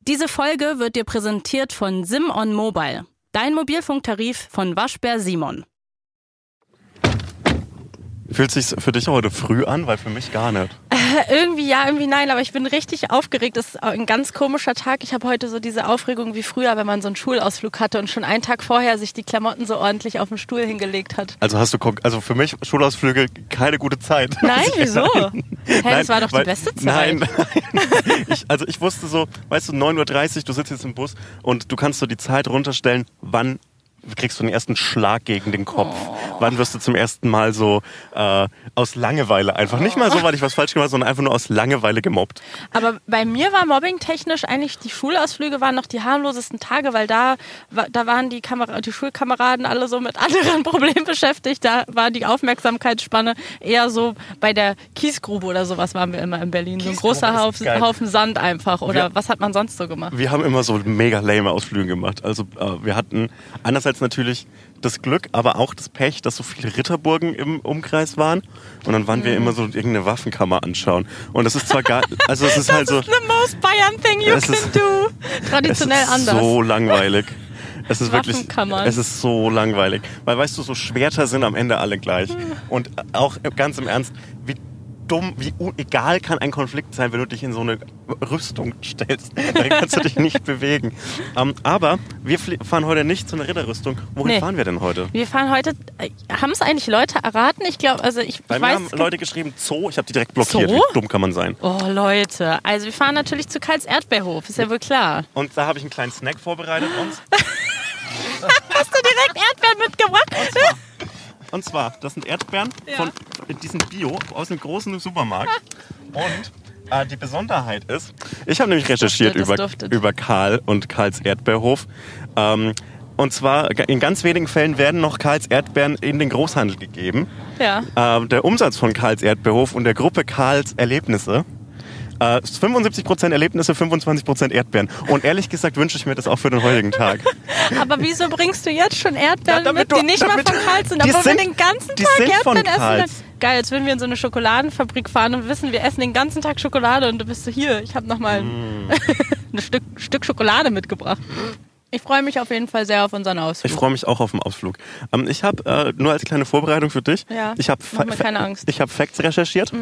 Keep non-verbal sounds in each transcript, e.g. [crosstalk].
Diese Folge wird dir präsentiert von Simon Mobile, dein Mobilfunktarif von Waschbär Simon. Fühlt sich für dich heute früh an, weil für mich gar nicht. Irgendwie ja, irgendwie nein, aber ich bin richtig aufgeregt. Das ist ein ganz komischer Tag. Ich habe heute so diese Aufregung wie früher, wenn man so einen Schulausflug hatte und schon einen Tag vorher sich die Klamotten so ordentlich auf den Stuhl hingelegt hat. Also hast du konk- also für mich Schulausflüge keine gute Zeit. [laughs] Nein, wieso? Hä, Nein, das war doch weil- die beste Zeit. Nein, [laughs] nein. Ich, also ich wusste so, weißt du, 9.30 Uhr, du sitzt jetzt im Bus und du kannst so die Zeit runterstellen, wann kriegst du den ersten Schlag gegen den Kopf? Oh. Wann wirst du zum ersten Mal so äh, aus Langeweile einfach, nicht mal so, weil ich was falsch gemacht habe, sondern einfach nur aus Langeweile gemobbt. Aber bei mir war Mobbing technisch eigentlich die Schulausflüge waren noch die harmlosesten Tage, weil da wa- da waren die Kamera die Schulkameraden alle so mit [laughs] anderen Problemen beschäftigt. Da war die Aufmerksamkeitsspanne eher so bei der Kiesgrube oder sowas waren wir immer in Berlin. So ein Kiesgrube großer ist Haufen, geil. Mhm. Haufen Sand einfach oder Wir- was hat man sonst so gemacht? Wir haben immer so mega lame Ausflüge gemacht. Also äh, wir hatten einerseits natürlich das Glück, aber auch das Pech, dass so viele Ritterburgen im Umkreis waren. Und dann waren wir immer so irgendeine Waffenkammer anschauen. Und das ist zwar gar, also es ist halt so, That's the most Bayern thing you Es can ist- [laughs] do. Traditionell es ist anders. so langweilig. Es ist wirklich, Waffenkammern. es ist so langweilig. Weil weißt du, so Schwerter sind am Ende alle gleich. Hm. Und auch ganz im Ernst, wie dumm, wie u- egal kann ein Konflikt sein, wenn du dich in so eine Rüstung stellst. [laughs] Dann kannst du dich nicht bewegen. Ähm, aber wir flie- fahren heute nicht zu einer Ritterrüstung. Wohin Nee. fahren wir denn heute? wir fahren heute. Haben es eigentlich Leute erraten? Ich glaube, also ich, ich weiß. Bei mir haben es gibt- Leute geschrieben Zoo, ich habe die direkt blockiert. Zoo? Wie dumm kann man sein? Oh Leute, also wir fahren natürlich zu Karls Erdbeerhof, ist ja wohl klar. Und da habe ich einen kleinen Snack vorbereitet uns. Hast du direkt Erdbeeren mitgebracht? Und zwar, das sind Erdbeeren Ja. von diesem Bio aus einem großen Supermarkt. Und äh, die Besonderheit ist, ich habe nämlich recherchiert duftet, es duftet. über, über Karl und Karls Erdbeerhof. Ähm, und zwar, in ganz wenigen Fällen werden noch Karls Erdbeeren in den Großhandel gegeben. Ja. Ähm, der Umsatz von Karls Erdbeerhof und der Gruppe Karls Erlebnisse. Äh, ist 75% Erlebnisse, 25% Erdbeeren. Und ehrlich gesagt wünsche ich mir das auch für den heutigen Tag. Aber wieso bringst du jetzt schon Erdbeeren Ja, damit mit, du- die nicht mal damit- von Karls sind, Die obwohl sind- wir den ganzen die Tag sind von Erdbeeren essen? Karls. werden? Geil, jetzt würden wir in so eine Schokoladenfabrik fahren und wissen, wir essen den ganzen Tag Schokolade und du bist so hier. Ich habe nochmal Mm. ein, [laughs] ein Stück, Stück Schokolade mitgebracht. Ich freue mich auf jeden Fall sehr auf unseren Ausflug. Ich freue mich auch auf den Ausflug. Ähm, ich habe äh, nur als kleine Vorbereitung für dich. Ja, Ich habe mach mir keine Angst. Mhm. Ich habe Facts recherchiert.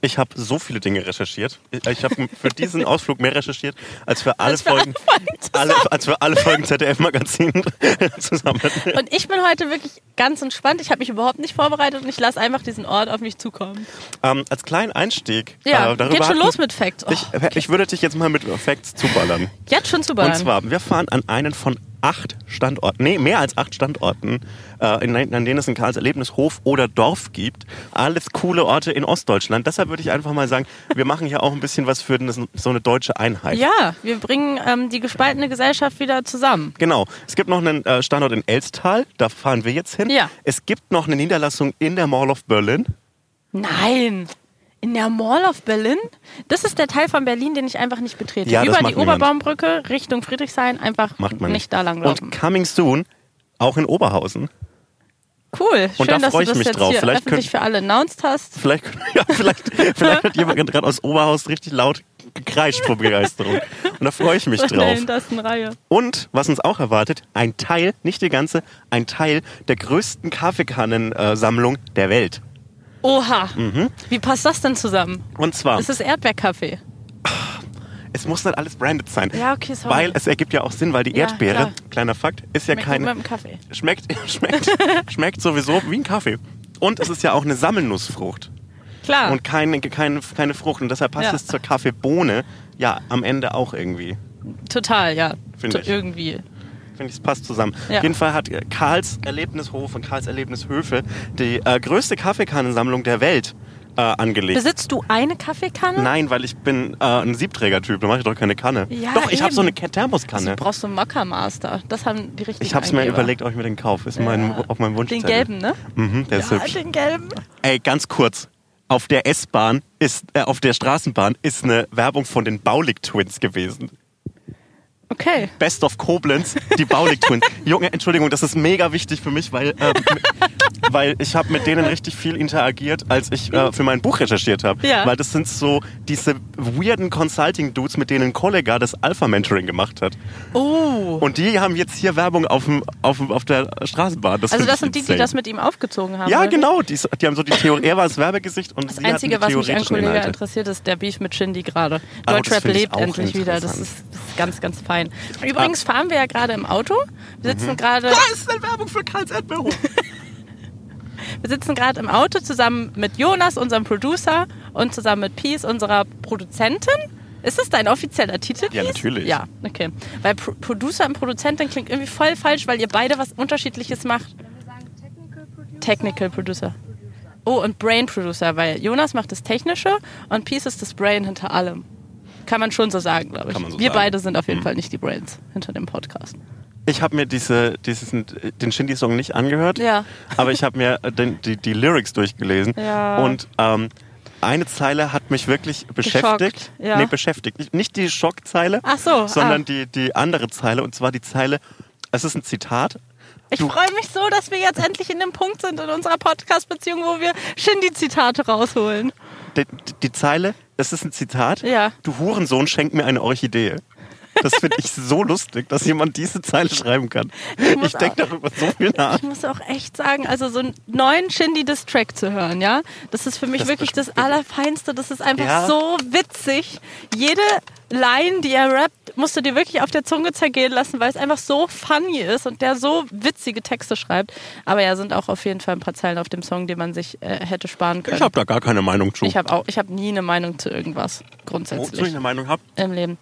Ich habe so viele Dinge recherchiert. Ich, ich habe [laughs] für diesen Ausflug mehr recherchiert als für alle Als für alle Folgen, [laughs] alle, als für alle Folgen ZDF Magazin [laughs] zusammen. Und ich bin heute wirklich ganz entspannt. Ich habe mich überhaupt nicht vorbereitet und ich lasse einfach diesen Ort auf mich zukommen. Ähm, als kleinen Einstieg. Ja, äh, darüber geht schon hatten- los mit Facts. Oh, Ich, ich würde dich jetzt mal mit Facts zuballern. jetzt schon zu Und Bayern. zwar, wir fahren an einen von acht Standorten, nee, mehr als acht Standorten, äh, in, an denen es ein Karls Erlebnishof oder Dorf gibt. Alles coole Orte in Ostdeutschland. Deshalb würde ich einfach mal sagen, wir machen hier auch ein bisschen was für das, so eine deutsche Einheit. Ja, wir bringen ähm, die gespaltene Gesellschaft wieder zusammen. Genau. Es gibt noch einen äh, Standort in Elstal, da fahren wir jetzt hin. Ja. Es gibt noch eine Niederlassung in der Mall of Berlin. Nein. In der Mall of Berlin? Das ist der Teil von Berlin, den ich einfach nicht betrete. Ja, das Über macht die niemand. Oberbaumbrücke Richtung Friedrichshain einfach Macht man nicht da lang laufen. Und coming soon, auch in Oberhausen. Cool, schön, Und da dass freu du ich das mich jetzt drauf. hier Vielleicht öffentlich könnt- für alle announced hast. Vielleicht, [laughs] ja, vielleicht, vielleicht hat jemand gerade aus Oberhaus richtig laut gekreischt vor Begeisterung. Und da freue ich mich In der drauf. hintersten Reihe. Und was uns auch erwartet, ein Teil, nicht die ganze, ein Teil der größten Kaffeekannen-Sammlung der Welt. Oha, Mhm. wie passt das denn zusammen? Und zwar, Es ist Erdbeerkaffee. es muss nicht alles branded sein. Ja, okay, sorry. Weil es ergibt ja auch Sinn, weil die Ja, Erdbeere, klar. kleiner Fakt, ist ja Schmeckt keine. gut mit dem Kaffee. Schmeckt, [laughs] schmeckt, schmeckt sowieso wie ein Kaffee. Und es ist ja auch eine Sammelnussfrucht Klar. und keine, keine, keine Frucht. Und deshalb passt Ah. Ja. es zur Kaffeebohne ja am Ende auch irgendwie. Total, ja. Finde To- ich. Irgendwie. finde ich, es passt zusammen. Ja. Auf jeden Fall hat äh, Karls Erlebnishof und Karls Erlebnishöfe die äh, größte Kaffeekannensammlung der Welt äh, angelegt. Besitzt du eine Kaffeekanne? Nein, weil ich bin äh, ein Siebträger-Typ, da mache ich doch keine Kanne. Ja, doch, ich habe eben. so eine Ke- Du Thermoskanne. brauchst so einen Mokka-Master. Das haben die richtigen Ich habe es mir Angeber. überlegt, ob ich mir den kaufe. Ist mein, Ja. auf meinem Wunsch. Den gelben, ne? Mhm, der ist Ja, hübsch. den gelben. Ey, ganz kurz. Auf der S-Bahn ist, äh, auf der Straßenbahn ist eine Werbung von den Baulig Twins gewesen. Okay. [laughs] Best of Koblenz, die Baulig Twins. Junge, Entschuldigung, das ist mega wichtig für mich, weil ähm, [laughs] weil ich habe mit denen richtig viel interagiert, als ich äh, für mein Buch recherchiert habe. Ja. Weil das sind so diese weirden Consulting-Dudes, mit denen ein Kollega das Alpha-Mentoring gemacht hat. Oh. Und die haben jetzt hier Werbung auf, dem, auf, dem- auf der Straßenbahn. Das Also find das ich sind die, die insane. das mit ihm aufgezogen haben. Ja, oder? genau. Die, so- die haben so die Theorie. Er war das Werbegesicht und Das sie Einzige, hatten was die mich an theoretischen Kollege Inhalte. interessiert, ist der Beef mit Shindy gerade. das Deutschrap finde ich lebt auch endlich wieder. Das interessant. ist, das ist ganz, ganz fein. Übrigens fahren wir ja gerade im Auto. Wir sitzen Mhm. gerade Da ist eine Werbung für Karls Erdbeerhof. wir sitzen gerade im Auto zusammen mit Jonas, unserem Producer, und zusammen mit Peace, unserer Produzentin. Ist das dein offizieller Titel? Ja, Peace? natürlich. Ja, okay. Weil Pro Producer und Produzentin klingt irgendwie voll falsch, weil ihr beide was Unterschiedliches macht. Wenn wir sagen Technical Producer. Technical Producer. Oh, und Brain Producer, weil Jonas macht das Technische und Peace ist das Brain hinter allem. Kann man schon so sagen, glaube ich. Kann man so Wir sagen. Mhm. beide sind auf jeden Fall nicht die Brains hinter dem Podcast. Ich habe mir diese, diesen, den Shindy-Song nicht angehört, Ja. aber ich habe mir äh, den, die, die Lyrics durchgelesen. Ja. Und ähm, eine Zeile hat mich wirklich beschäftigt. ja. Nee, beschäftigt. Nicht- Nicht die Schockzeile, Ach so, sondern ah. die, die andere Zeile. Und zwar die Zeile, es ist ein Zitat. Ich Du- freue mich so, dass wir jetzt endlich in dem Punkt sind in unserer Podcast-Beziehung, wo wir Shindy-Zitate rausholen. Die, die Zeile, es ist ein Zitat. Ja. Du Hurensohn, schenk mir eine Orchidee. Das finde ich so lustig, dass jemand diese Zeile schreiben kann. muss Ich denke darüber so viel nach. Ich muss auch echt sagen, also so einen neuen Shindy-Diss-Track zu hören, ja, das ist für mich Das wirklich das Allerfeinste. Das ist einfach Ja. so witzig. Jede Line, die er rappt, musst du dir wirklich auf der Zunge zergehen lassen, weil es einfach so funny ist und der so witzige Texte schreibt. Aber ja, sind auch auf jeden Fall ein paar Zeilen auf dem Song, die man sich äh, hätte sparen können. Ich habe da gar keine Meinung zu. ich hab auch, ich habe nie eine Meinung zu irgendwas Wozu ich grundsätzlich eine Meinung habe? im Leben.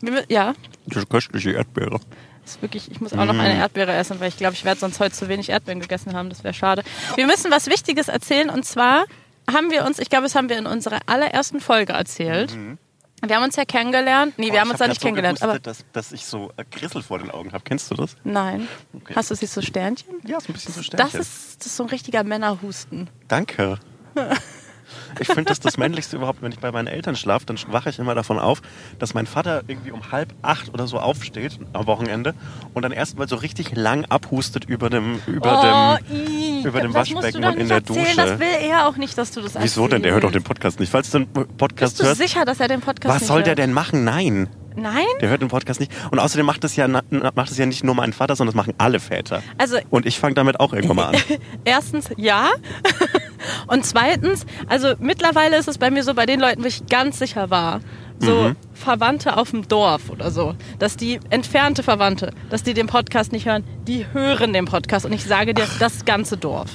Wir- Ja, Diese köstliche Erdbeere. ist wirklich, ich muss auch noch Mhm. eine Erdbeere essen, weil ich glaube, ich werde sonst heute zu wenig Erdbeeren gegessen haben. Das wäre schade. Wir müssen was Wichtiges erzählen und zwar haben wir uns, ich glaube, das haben wir in unserer allerersten Folge erzählt. Wir haben uns ja kennengelernt. Nee, wir Mhm. Oh, haben ich uns hab ja nicht grad so kennengelernt. Aber gehustet, dass, dass ich so äh, Grissel vor den Augen habe. Kennst du das? nein. Okay. Hast du siehst du Sternchen? Ja, so ein bisschen so Sternchen. Das ist, das ist so ein richtiger Männerhusten. [laughs] Danke. Ich finde das das Männlichste überhaupt, wenn ich bei meinen Eltern schlafe, dann wache ich immer davon auf, dass mein Vater irgendwie um halb acht oder so aufsteht am Wochenende und dann erstmal so richtig lang abhustet über dem, über oh, ii, dem, über dem das musst du Waschbecken doch und in nicht der erzählen. Dusche. Das will er auch nicht, dass du das Wieso denn? Der hört doch den erzählst. Podcast nicht. Falls du den Podcast Bist du hörst, sicher, dass er den Podcast was nicht soll der hört? denn machen? Nein. Nein? Der hört den Podcast nicht. Und außerdem macht das ja, na- macht das ja nicht nur mein Vater, sondern das machen alle Väter. Also- und ich fange damit auch irgendwann mal an. Erstens ja. [laughs] Und zweitens, also mittlerweile ist es bei mir so, bei den Leuten, wo ich ganz sicher war, so Mhm. Verwandte auf dem Dorf oder so, dass die entfernte Verwandte, dass die den Podcast nicht hören, die hören den Podcast. Und ich sage dir, das ganze Dorf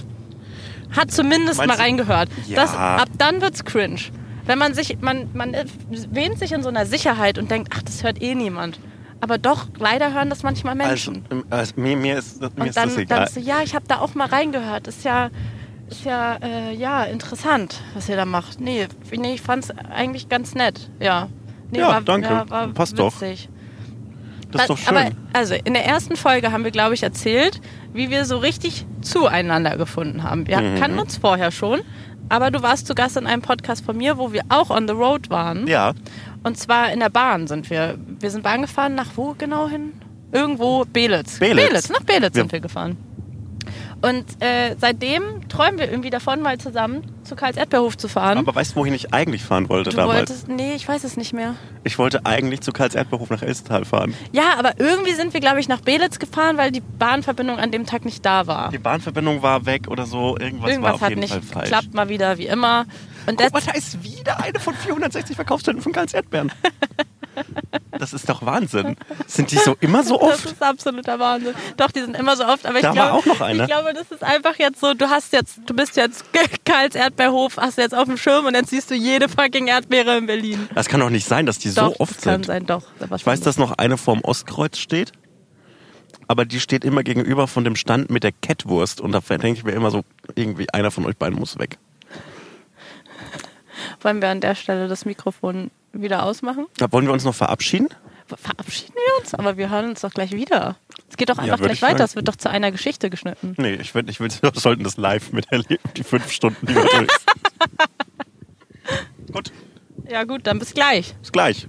hat zumindest Meinst mal du- reingehört. Ja. Das, ab dann wird's cringe. Wenn man sich, man, man äh, wähnt sich in so einer Sicherheit und denkt, ach, das hört eh niemand. Aber doch, leider hören das manchmal Also, [laughs] Menschen. ähm, also mir, mir ist, mir Und ist dann, das dann egal. so, ja, ich habe da auch mal reingehört. Ist ja, ist ja, äh, ja, interessant, was ihr da macht. Nee, f- nee ich fand's eigentlich ganz nett. Ja. Nee, Ja, danke. Ja, war Passt doch. witzig. das ist doch schön. Aber also in der ersten Folge haben wir, glaube ich, erzählt, wie wir so richtig zueinander gefunden haben. Wir Mhm. kannten uns vorher schon, aber du warst zu Gast in einem Podcast von mir, wo wir auch on the road waren. ja, Und zwar in der Bahn sind wir. Wir sind Bahn gefahren, nach wo genau hin? Irgendwo Belitz. Belitz. nach Belitz Ja. sind wir gefahren. Und äh, seitdem träumen wir irgendwie davon, mal zusammen zu Karls Erdbeerhof zu fahren. aber weißt du, wohin ich eigentlich fahren wollte du damals? wolltest. Nee, ich weiß es nicht mehr. Ich wollte eigentlich zu Karls Erdbeerhof nach Elstertal fahren. Ja, aber irgendwie sind wir, glaube ich, nach Belitz gefahren, weil die Bahnverbindung an dem Tag nicht da war. Die Bahnverbindung war weg oder so. Irgendwas, war Irgendwas auf hat jeden nicht Fall falsch. geklappt, mal wieder, wie immer. Und Guck mal, das, da ist wieder eine von 460 Verkaufsständen von [laughs] Karls Erdbeeren. Das ist doch Wahnsinn. Sind die so immer so das oft? ist absoluter Wahnsinn. Doch, die sind immer so oft, aber ich Da war glaube, auch noch eine. ich glaube, das ist einfach jetzt so, du hast jetzt, du bist jetzt [laughs] Karls Erdbeerhof, hast du jetzt auf dem Schirm und dann siehst du jede fucking Erdbeere in Berlin. Das kann doch nicht sein, dass die doch, so oft das kann sind. sein, doch. Ich weiß, dass noch eine vorm Ostkreuz steht, aber die steht immer gegenüber von dem Stand mit der Kettwurst und da denke ich mir immer so, irgendwie einer von euch beiden muss weg. Wollen wir an der Stelle das Mikrofon wieder ausmachen? Da wollen wir uns noch verabschieden? Ver- Verabschieden wir uns, aber wir hören uns doch gleich wieder. Es geht doch einfach würd gleich ich sagen. weiter, es wird doch zu einer Geschichte geschnitten. Nee, ich will, ich will, wir [laughs] sollten das live miterleben, die fünf Stunden, [laughs] die wir durch sind. Gut, Ja gut, dann bis gleich. bis gleich.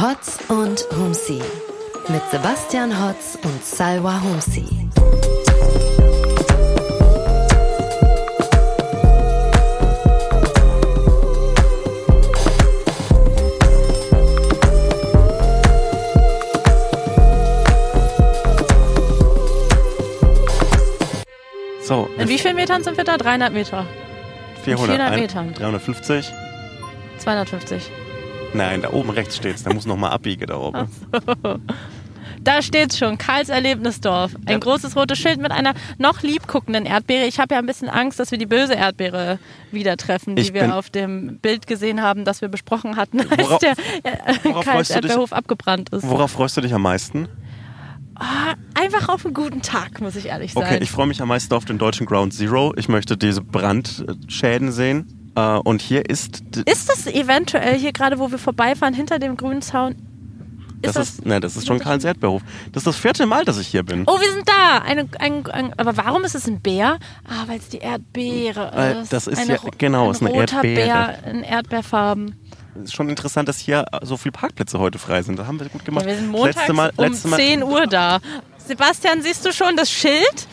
Hotz und Humsi mit Sebastian Hotz und Salwa Humsi. Von wie vielen Metern sind wir da? 300 Meter. 400, 400 ein- Metern. 350? 250. Nein, da oben rechts steht's. Da muss nochmal abbiegen da oben. Da steht's schon, Karls Erlebnisdorf. Ein Ja. großes rotes Schild mit einer noch liebguckenden Erdbeere. Ich habe ja ein bisschen Angst, dass wir die böse Erdbeere wieder treffen, die Ich bin- wir auf dem Bild gesehen haben, das wir besprochen hatten, als Worauf- der äh, worauf Karls freust du dich? Erdbeerhof abgebrannt ist. Worauf freust du dich am meisten? Einfach auf einen guten Tag, muss ich ehrlich Okay, sagen. ich freue mich am meisten auf den deutschen Ground Zero. Ich möchte diese Brandschäden sehen. Äh, Und hier ist. d- ist das eventuell hier gerade, wo wir vorbeifahren, hinter dem grünen Zaun? das, ist, ne, das ist schon Karls Erdbeerhof. Das ist das vierte Mal, dass ich hier bin. Oh, wir sind da! Eine, ein, ein, aber warum ist es ein Bär? Ah, weil es die Erdbeere Weil ist. das ist Eine ja- ro- genau, ein ist eine roter Erdbeere. Bär in Erdbeerfarben. Ist schon interessant, dass hier äh, so viele Parkplätze heute frei sind. Das haben wir gut Ja, gemacht. wir sind montags letzte Mal, um letzte Mal, 10 Uhr da. Sebastian, siehst du schon das Schild,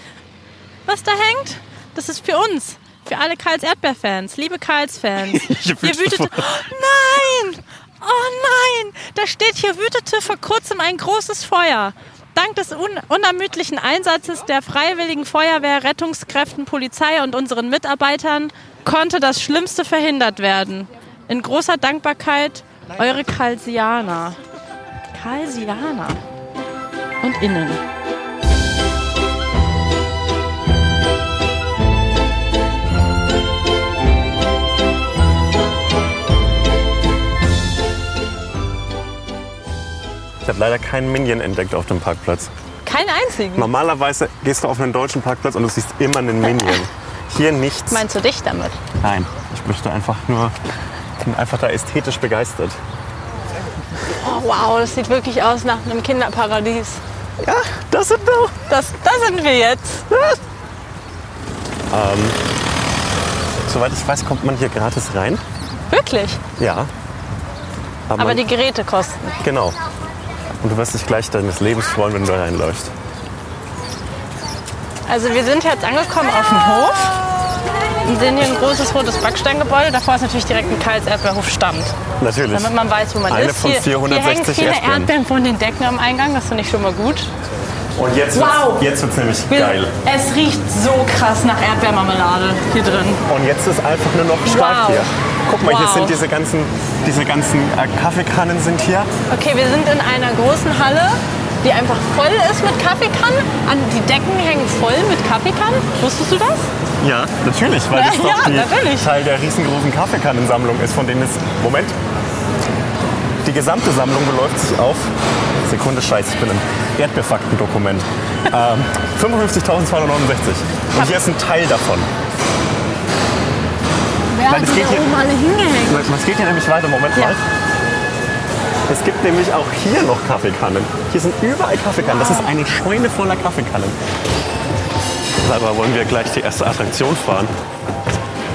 was da hängt? Das ist für uns. Für alle Karls Erdbeer-Fans. Liebe Karls-Fans. [laughs] Ich Hier wünschte wütete. vor- Oh nein! Oh nein! Da steht, hier wütete vor kurzem ein großes Feuer. Dank des un unermüdlichen Einsatzes der Freiwilligen Feuerwehr, Rettungskräften, Polizei und unseren Mitarbeitern konnte das Schlimmste verhindert werden. In großer Dankbarkeit, eure Karlsianer. Karlsianer. Und innen. Ich habe leider keinen Minion entdeckt auf dem Parkplatz. Keinen einzigen. Normalerweise gehst du auf einen deutschen Parkplatz und du siehst immer einen Minion. Hier nichts. Meinst du dich damit? Nein, ich möchte einfach nur. Ich bin einfach da ästhetisch begeistert. Oh, wow, das sieht wirklich aus nach einem Kinderparadies. Ja, das sind wir. Das, da sind wir jetzt. Soweit ich weiß, kommt man hier gratis rein. Wirklich. Ja. Aber man- die Geräte kosten. Genau. Und du wirst dich gleich deines Lebens freuen, wenn du da reinläufst. Also wir sind jetzt angekommen auf dem Hof und sehen hier ein großes rotes Backsteingebäude. Davor ist natürlich direkt ein Karls Erdbeerhof stammt, Natürlich. damit man weiß, wo man Eine ist. von hier, hier hängen 460 viele Erdbeeren. Erdbeeren. von den Decken am Eingang. Das finde ich schon mal gut. Und jetzt Wow. wird's, jetzt wird's nämlich Wir- geil. Es riecht so krass nach Erdbeermarmelade hier drin. Und jetzt ist einfach nur noch Wow. stark hier. Guck mal, hier Wow. sind diese ganzen, diese ganzen äh, Kaffeekannen sind hier. Okay, wir sind in einer großen Halle, die einfach voll ist mit Kaffeekannen. An die Decken hängen voll mit Kaffeekannen. Wusstest du das? Ja, natürlich, weil [laughs] das Ja, doch ja, die natürlich. Teil der riesengroßen Kaffeekannensammlung ist, von denen es. Moment. Die gesamte Sammlung beläuft sich auf. Sekunde, Scheiße, ich bin im Erdbeerfakten-Dokument. ähm, 55.269. Und hier ist ein Teil davon. Wer Weil hat es die geht da hier- oben alle hingehängt? Was geht hier nämlich weiter? Moment Ja. mal. Es gibt nämlich auch hier noch Kaffeekannen. Hier sind überall Kaffeekannen. Das ist eine Scheune voller Kaffeekannen. Salva, wollen wir gleich die erste Attraktion fahren?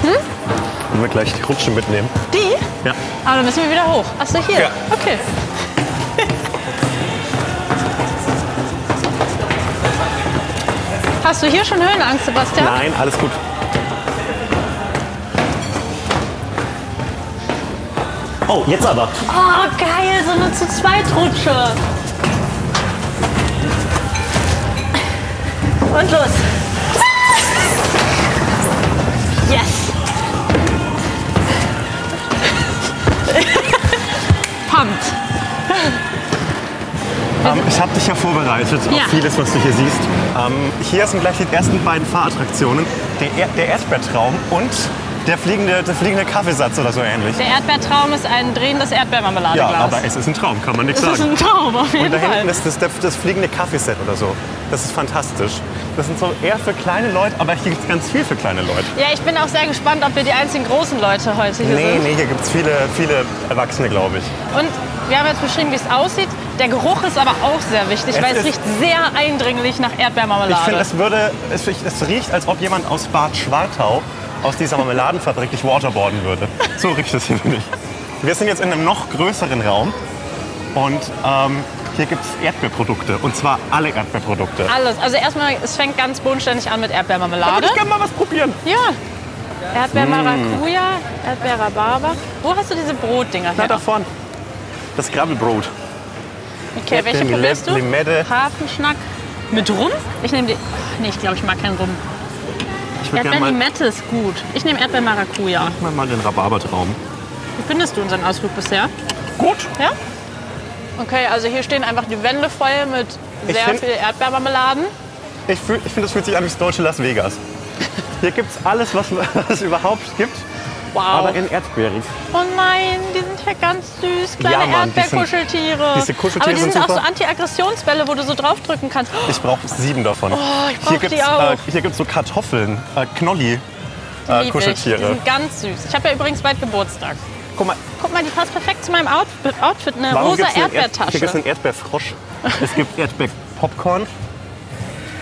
Wollen wir gleich die Rutsche mitnehmen? Die? Ja. Aber dann müssen wir wieder hoch. Achso, hier. Ja. [laughs] Okay. Hast du hier schon Höhenangst, Sebastian? Nein, alles gut. Oh, jetzt aber. Oh, geil, so eine zu zweit Rutsche. Und los. [laughs] Yes. Pumped. Ähm, ich habe dich ja vorbereitet Ja. auf vieles, was du hier siehst. Ähm, hier sind gleich die ersten beiden Fahrattraktionen. Der, er der Erdbeertraum und der fliegende, der fliegende Kaffeesatz oder so ähnlich. Der Erdbeertraum ist ein drehendes Ja, Erdbeermarmeladeglas. aber es ist ein Traum, kann man nichts das ist sagen. ein Traum auf Und da jeden hinten Fall. ist das, das, das fliegende Kaffeeset oder so. Das ist fantastisch. Das sind so eher für kleine Leute, aber hier gibt es ganz viel für kleine Leute. Ja, ich bin auch sehr gespannt, ob wir die einzigen großen Leute heute hier Nee, sind. nee, hier gibt es viele, viele Erwachsene, glaube ich. Und wir haben jetzt beschrieben, wie es aussieht. Der Geruch ist aber auch sehr wichtig, Es weil es ist- riecht sehr eindringlich nach Ich finde, Erdbeermarmelade. es würde, es, es riecht, als ob jemand aus Bad Schwartau, aus dieser Marmeladenfabrik, dich waterboarden würde. So riecht es hier, finde ich. Wir sind jetzt in einem noch größeren Raum und ähm, hier gibt es Erdbeerprodukte und zwar alle Erdbeerprodukte. Alles. Also erstmal, es fängt ganz bodenständig an mit Würde Erdbeermarmelade. ich gerne mal was probieren. Ja. Erdbeermaracuja, Erdbeerrhabarber. Wo hast du diese Brotdinger Na, her? da vorne. Das Grabbelbrot. Okay, welche Erdbeer- probierst du? Limette. Hafenschnack. Mit Rum? Ich nehme die. Nee, ich glaube, ich mag keinen Rum. Ich würde gerne mal, Erdbeerlimette ist gut. Ich nehme Erdbeer-Maracuja. mal, mal den Rhabarbertraum. Wie findest du unseren Ausflug bisher? Gut. Ja? Okay, also hier stehen einfach die Wände voll mit Ich sehr find- viel Erdbeermarmeladen. Ich, fühl- ich finde, das fühlt sich an wie das deutsche Las Vegas. Hier gibt es alles, was, was es überhaupt gibt, Wow. aber in erdbeerig. Oh nein, die sind ja ganz süß. Kleine Ja, Mann, die sind- Erdbeerkuscheltiere. diese Kuscheltiere Aber die sind, sind auch so super. Anti-Aggressionsbälle, wo du so draufdrücken kannst. Oh, Ich brauche sieben davon. ich brauch hier die gibt's, auch. Äh, hier gibt es so Kartoffeln, äh, Knolli, äh, Lieb ich. Die Kuscheltiere. sind ganz süß. Ich habe ja übrigens bald Geburtstag. Guck mal, Guck mal, die passt perfekt zu meinem Outfit. Outfit eine warum rosa gibt's denn Erd- Hier gibt es Erdbeertasche. einen Erdbeerfrosch. Es gibt Erdbeerpopcorn.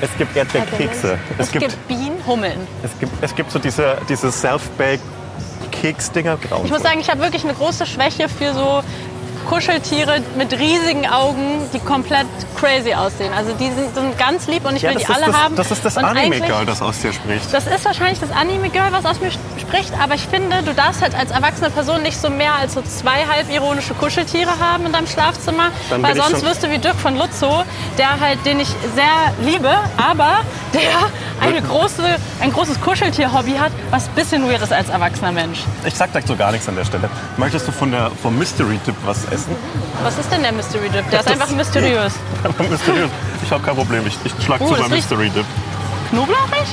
Es gibt Erdbeerkekse. Es gibt Bienenhummeln. Es gibt, es gibt so diese, diese Self-Bake-Keks-Dinger. Ich muss sagen, ich habe wirklich eine große Schwäche für so Kuscheltiere mit riesigen Augen, die komplett crazy aussehen. Also die sind, sind ganz lieb und ich will die alle das, haben. Das ist das Und eigentlich- Anime-Girl, das aus dir spricht. Das ist wahrscheinlich das Anime-Girl, was aus mir sp- spricht, aber ich finde, du darfst halt als erwachsene Person nicht so mehr als so zwei halbironische Kuscheltiere haben in deinem Schlafzimmer, Dann weil bin ich sonst schon- wirst du wie Dirk von Lutzow, der halt, den ich sehr liebe, aber der eine große, ein großes Kuscheltier-Hobby hat, was ein bisschen weird ist als erwachsener Mensch. Ich sag dazu gar nichts an der Stelle. Möchtest du von der, vom Mystery-Tipp was essen? [laughs] Was ist denn der Mystery Dip? Der ist Das- einfach mysteriös. Vom Mystery- ich habe kein Problem. Ich, ich schlag Oh, zu das beim riecht- Mystery-Dip. Knoblauchig?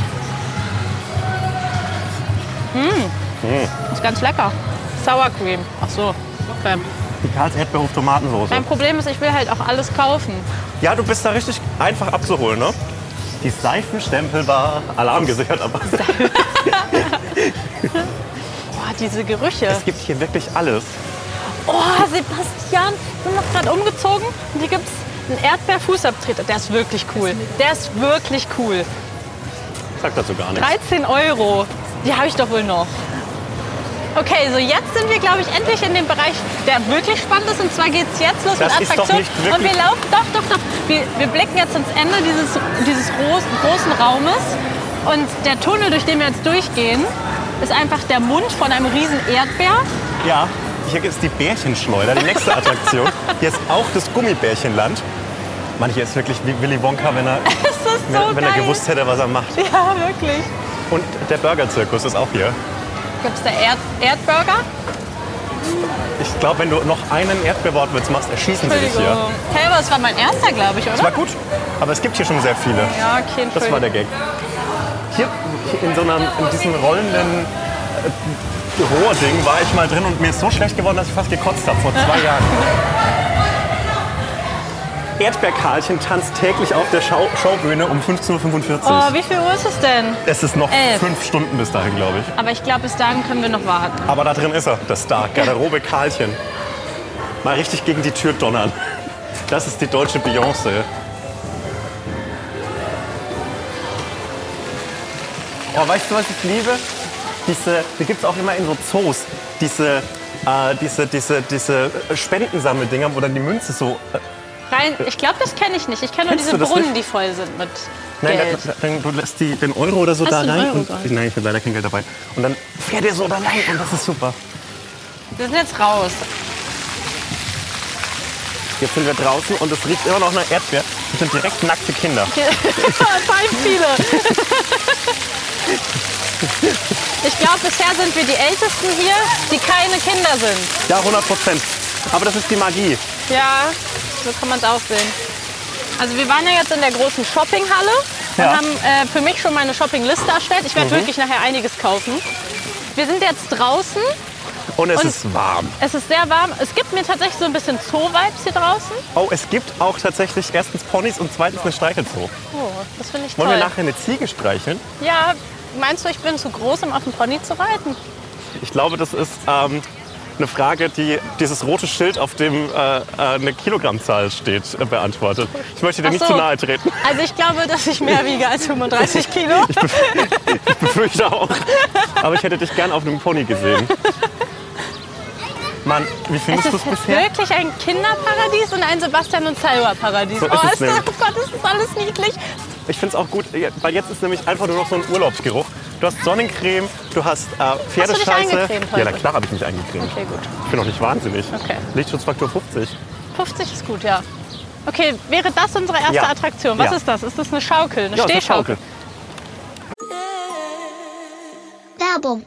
Mmh. Ist ganz lecker. Sour Cream. Ach so. Okay. Die Karls Erdbeerhof Tomatensoße. Mein Problem ist, ich will halt auch alles kaufen. Ja, du bist da richtig einfach abzuholen, ne? Die Seifenstempel war Alarm gesichert, aber Boah, diese Gerüche. es gibt hier wirklich alles. Oh, Sebastian, ich bin noch gerade umgezogen und hier gibt's einen Erdbeerfußabtreter. Der ist wirklich cool. Der ist wirklich cool. Ich sag dazu gar nichts. 13 Euro. Die habe ich doch wohl noch. Okay, so jetzt sind wir, glaube ich, endlich in dem Bereich, der wirklich spannend ist. Und zwar geht es jetzt los Das mit ist doch Attraktionen. nicht wirklich- Und wir laufen, doch, doch, doch. Wir, wir blicken jetzt ins Ende dieses, dieses großen, großen Raumes. Und der Tunnel, durch den wir jetzt durchgehen, ist einfach der Mund von einem riesen Erdbeer. [laughs] Ja, hier gibt's die Bärchenschleuder, die nächste Attraktion. Hier ist auch das Gummibärchenland. Mann, hier ist wirklich wie Willy Wonka, wenn er, Das ist so wenn, geil. wenn er gewusst hätte, was er macht. Ja, wirklich. Und der Burger-Zirkus ist auch hier. Gibt es da Erd Erdburger? Ich glaube, wenn du noch einen Erdbeerwortwitz machst, erschießen sie dich hier. Entschuldigung. Hey, aber das war mein erster, glaube ich, Das war oder? gut, aber es gibt hier schon sehr viele. Ja, okay, Entschuldigung. Das war der Gag. Hier in so einem, in diesem rollenden äh, Rohrding war ich mal drin und mir ist so schlecht geworden, dass ich fast gekotzt habe vor zwei Jahren. [laughs] Erdbeerkarlchen tanzt täglich auf der Schau Showbühne um 15.45 Oh, Uhr. wie viel Uhr ist es denn? Es ist noch Elf. fünf Stunden bis dahin, glaube ich. Aber ich glaube, bis dahin können wir noch warten. Aber da drin ist er, das Star, Garderobe Karlchen. Mal richtig gegen die Tür donnern. Das ist die deutsche Beyoncé. Oh, weißt du, was ich liebe? Diese, die gibt es auch immer in so Zoos. Diese, äh, diese, diese, diese Spendensammeldinger, wo dann die Münze so... Äh, Rein, ich glaube, das kenne ich nicht. Ich kenne nur Kennst diese du das Brunnen, nicht? die voll sind mit nein, Geld. da, da, dann, du lässt die, den Euro oder so Hast da du einen rein. Euro und, gerade? nein, ich habe leider kein Geld dabei. Und dann fährt er so da lang und das ist super. Wir sind jetzt raus. [laughs] Jetzt sind wir draußen und es riecht immer noch nach Erdbeer. Das sind direkt nackte Kinder. Fein viele. Ich glaube, bisher sind wir die Ältesten hier, die keine Kinder sind. Ja, 100 Prozent. Aber das ist die Magie. Ja, so kann man es auch sehen. Also wir waren ja jetzt in der großen Shoppinghalle und Ja. Mhm. haben äh, für mich schon meine Shoppingliste erstellt. Ich werde wirklich nachher einiges kaufen. Wir sind jetzt draußen. Und es Und- ist warm. Es ist sehr warm. Es gibt mir tatsächlich so ein bisschen Zoo-Vibes hier draußen. Oh, es gibt auch tatsächlich erstens Ponys und zweitens eine Streichelzoo. Oh, das finde ich toll. Wollen wir nachher eine Ziege streicheln? Ja, meinst du, ich bin zu groß, um auf dem Pony zu reiten? Ich glaube, das ist ähm, eine Frage, die dieses rote Schild, auf dem äh, äh, eine Kilogrammzahl steht, äh, beantwortet. Ich möchte dir Ach nicht so. zu nahe treten. Also ich glaube, dass ich mehr wiege als 35 Kilo. Ich befürchte auch. Aber ich hätte dich gern auf einem [laughs] Pony gesehen. Mann, wie Es findest du es ist bisher? wirklich ein Kinderparadies und ein Sebastian und Salva Paradies. So ist oh, es ist das, nämlich. oh Gott, ist das alles niedlich. Ich finde es auch gut, weil jetzt ist nämlich einfach nur noch so ein Urlaubsgeruch. Du hast Sonnencreme, du hast äh, Pferdescheiße. eingecremt heute? Ja, na klar habe ich mich eingecremt. Okay, gut. Ich bin noch nicht wahnsinnig. Okay. Lichtschutzfaktor 50. 50 ist gut, ja. Okay, wäre das unsere erste Ja. Attraktion? Was Ja. ist das? Ist das eine Schaukel, eine Ja, ist eine Stehschaukel? Schaukel. Werbung.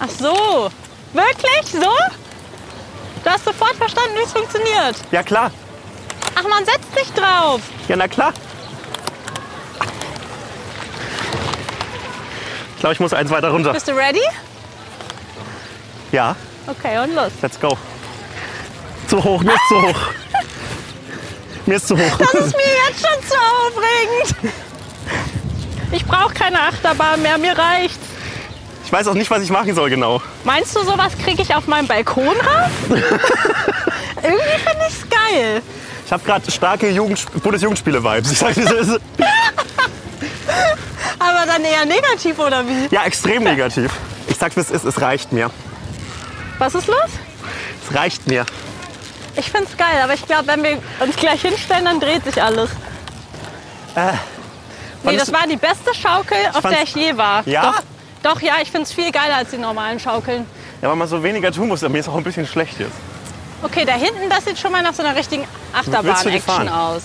Ach so. Wirklich? So? Du hast sofort verstanden, wie es funktioniert. Ja klar, Ach, man setzt sich drauf. ja na klar. Ich glaube, ich muss eins [laughs] weiter runter. Bist du ready? Ja, Okay, und los. let's go. Zu hoch, mir ist zu [laughs] hoch. Mir ist zu hoch. Das ist mir jetzt schon zu aufregend. Ich brauche keine Achterbahn mehr, mir reicht. Ich weiß auch nicht, was ich machen soll genau. Meinst du, sowas kriege ich auf meinem Balkon [laughs] raus? Irgendwie finde ich's geil. Ich habe gerade starke Jugend Bundesjugendspiele-Vibes. Ich sag, das ist Aber dann eher negativ, oder wie? ja extrem negativ. Ich sag, wie es ist, es reicht mir. Was ist los? Es reicht mir. Ich find's geil, aber ich glaube, wenn wir uns gleich hinstellen, dann dreht sich alles. Äh, nee, das Fandest war die beste Schaukel, auf fand's- der ich je war. Ja? Doch, doch, ja, ich find's viel geiler als die normalen Schaukeln. Ja, weil man so weniger tun muss. Mir ist auch ein bisschen schlecht jetzt. Okay, da hinten, das sieht schon mal nach so einer richtigen Willst du die Achterbahn-Action fahren? aus.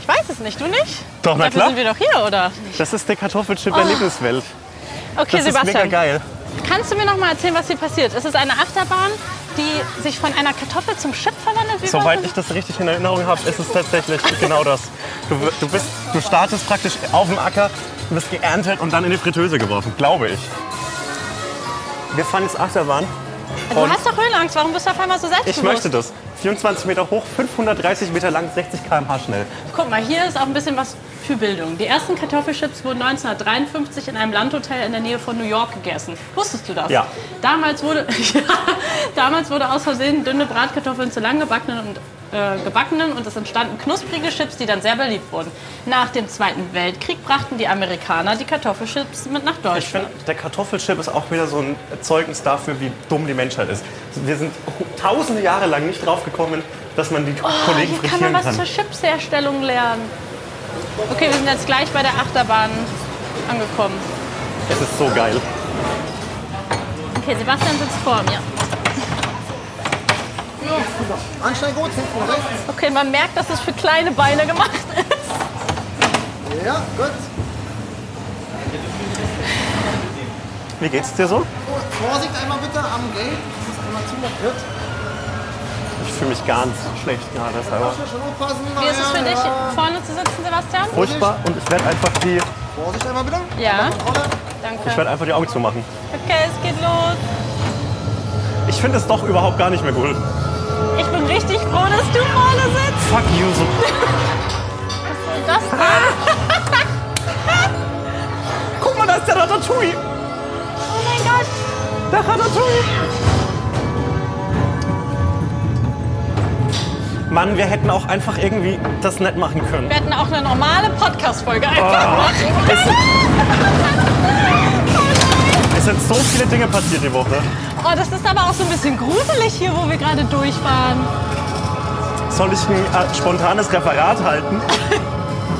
Ich weiß es nicht, du nicht? Doch, na Dafür klar. sind wir doch hier, oder? Das ist der Kartoffelchip der Lebenswelt. Oh. Okay, Das ist mega Sebastian, geil. kannst du mir noch mal erzählen, was hier passiert? Ist es eine Achterbahn, die sich von einer Kartoffel zum Chip verwandelt? Wie war Soweit das? ich das richtig in Erinnerung habe, ist es tatsächlich genau das. Du, w- du, bist, du startest praktisch auf dem Acker, du wirst geerntet und dann in die Fritteuse geworfen, glaube ich. Wir fahren jetzt Achterbahn. Also, Du Und- hast doch Höhenangst, warum bist du auf einmal so selbstbewusst? Ich möchte das. 24 Meter hoch, 530 Meter lang, 60 km/h schnell. Guck mal, hier ist auch ein bisschen was für Bildung. Die ersten Kartoffelchips wurden 1953 in einem Landhotel in der Nähe von New York gegessen. Wusstest du das? Ja. [laughs] Damals wurde, ja, damals wurde aus Versehen dünne Bratkartoffeln zu lang gebackenen und äh, gebackenen und es entstanden knusprige Chips, die dann sehr beliebt wurden. Nach dem Zweiten Weltkrieg brachten die Amerikaner die Kartoffelchips mit nach Ich Deutschland. finde, der Kartoffelchip ist auch wieder so ein Zeugnis dafür, wie dumm die Menschheit ist. Wir sind hu- tausende Jahre lang nicht draufgekommen, dass man die Oh, Kollegen hier kann man frittieren was kann. zur Chipsherstellung lernen. Okay, wir sind jetzt gleich bei der Achterbahn angekommen. Es ist so geil. Okay, Sebastian sitzt vor mir. Ansteigen gut, hinten rechts. Okay, man merkt, dass es für kleine Beine gemacht ist. Ja, gut. Wie geht's dir so? Oh, Vorsicht einmal bitte am Gate. Das ist immer zu wird. Ich fühle mich ganz schlecht gerade. Das ist aber Schon aufpassen. Wie ist es für ja, dich, ja. vorne zu sitzen, Sebastian? furchtbar und ich werde einfach, die- ich Vorsicht einmal bitte. Ja, Rolle. danke. werd einfach die Augen zumachen. Okay, es geht los. Ich finde es doch überhaupt gar nicht mehr cool. Ich bin richtig froh, dass du vorne sitzt. Fuck you, so Und das [laughs] Guck mal, da ist der Ratatouille. Oh mein Gott. Der Ratatouille. Mann, wir hätten auch einfach irgendwie das nett machen können. Wir hätten auch eine normale Podcast-Folge einfach machen Es sind, können. [laughs] es sind so viele Dinge passiert die Woche. Oh, das ist aber auch so ein bisschen gruselig hier, wo wir gerade durchfahren. Soll ich ein äh, spontanes Referat halten?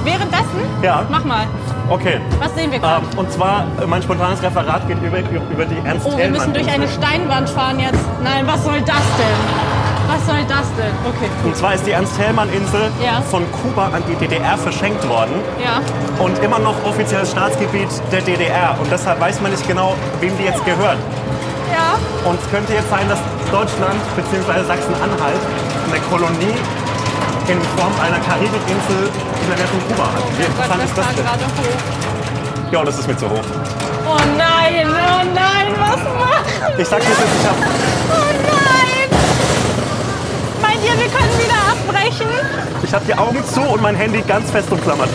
Währenddessen? Ja. Mach mal. Okay. Was sehen wir gerade? Ähm, und zwar, äh, mein spontanes Referat geht über, über die ernst Oh, wir müssen durch eine Thälmann-Insel. Steinwand fahren jetzt. Nein, was soll das denn? Was soll das denn? Okay. Und zwar ist die Ernst-Hellmann-Insel Ja. von Kuba an die DDR verschenkt worden. Ja. und immer noch offizielles Staatsgebiet der DDR. Und deshalb weiß man nicht genau, wem die jetzt gehört. Ja. Und es könnte jetzt sein, dass Deutschland bzw. Sachsen-Anhalt eine Kolonie in Form einer Karibikinsel in der Nähe von Kuba hat. Wie Oh Gott, interessant wir ist das fahren gerade hoch. denn? Ja, das ist mir zu hoch. Oh nein, oh nein, was machen? Ich sag dir, das ist- ich hab, Oh nein! Meint ihr, wir können wieder abbrechen? ich hab die Augen zu und mein Handy ganz fest umklammert.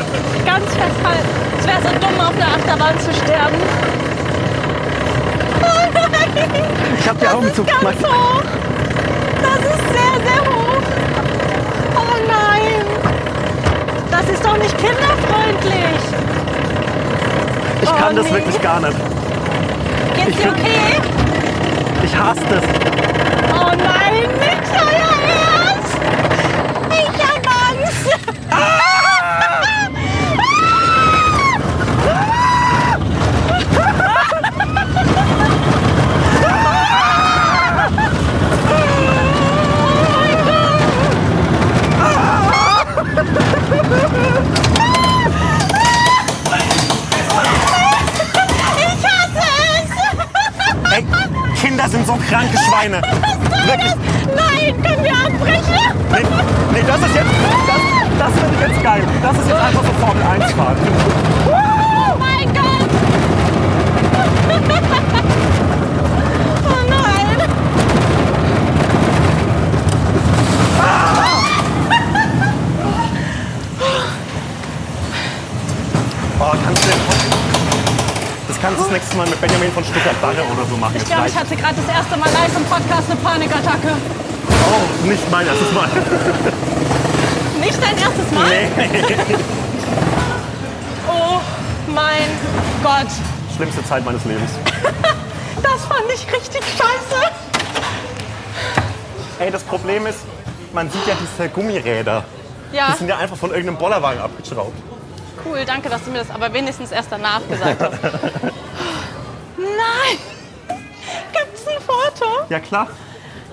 Ganz festhalten. Es wäre so dumm, auf einer Achterbahn zu sterben. Oh nein! Ich hab die Augen Das zu. ist ganz Mein- hoch. Das ist sehr, sehr hoch. Oh nein. Das ist doch nicht kinderfreundlich. Ich kann Oh, das nee. wirklich gar nicht. Geht's dir okay? Ich hasse das. Oh nein, nicht euer Ernst. Ich hab Angst. [laughs] Ich hasse es. Ey, Kinder sind so kranke Schweine. Wirklich. Nein, können wir abbrechen? Nee, nee, das ist jetzt. Das, das finde ich jetzt geil. Das ist jetzt einfach so Formel 1 fahren. Oh mein Gott! [laughs] Oh nein! Oh, kannst du denn, das kannst du das nächste Mal mit Benjamin von Stuttgart-Barre oder so machen. Ich glaube, ich hatte gerade das erste Mal live im Podcast eine Panikattacke. oh, nicht mein erstes Mal. Nicht dein erstes Mal? [laughs] Oh mein Gott! Schlimmste Zeit meines Lebens. Das fand ich richtig scheiße! Ey, das Problem ist, man sieht ja diese Gummiräder. Die Ja, sind ja einfach von irgendeinem Bollerwagen abgeschraubt. cool, danke, dass du mir das aber wenigstens erst danach gesagt hast. Nein! Gibt's ein Foto? Ja klar.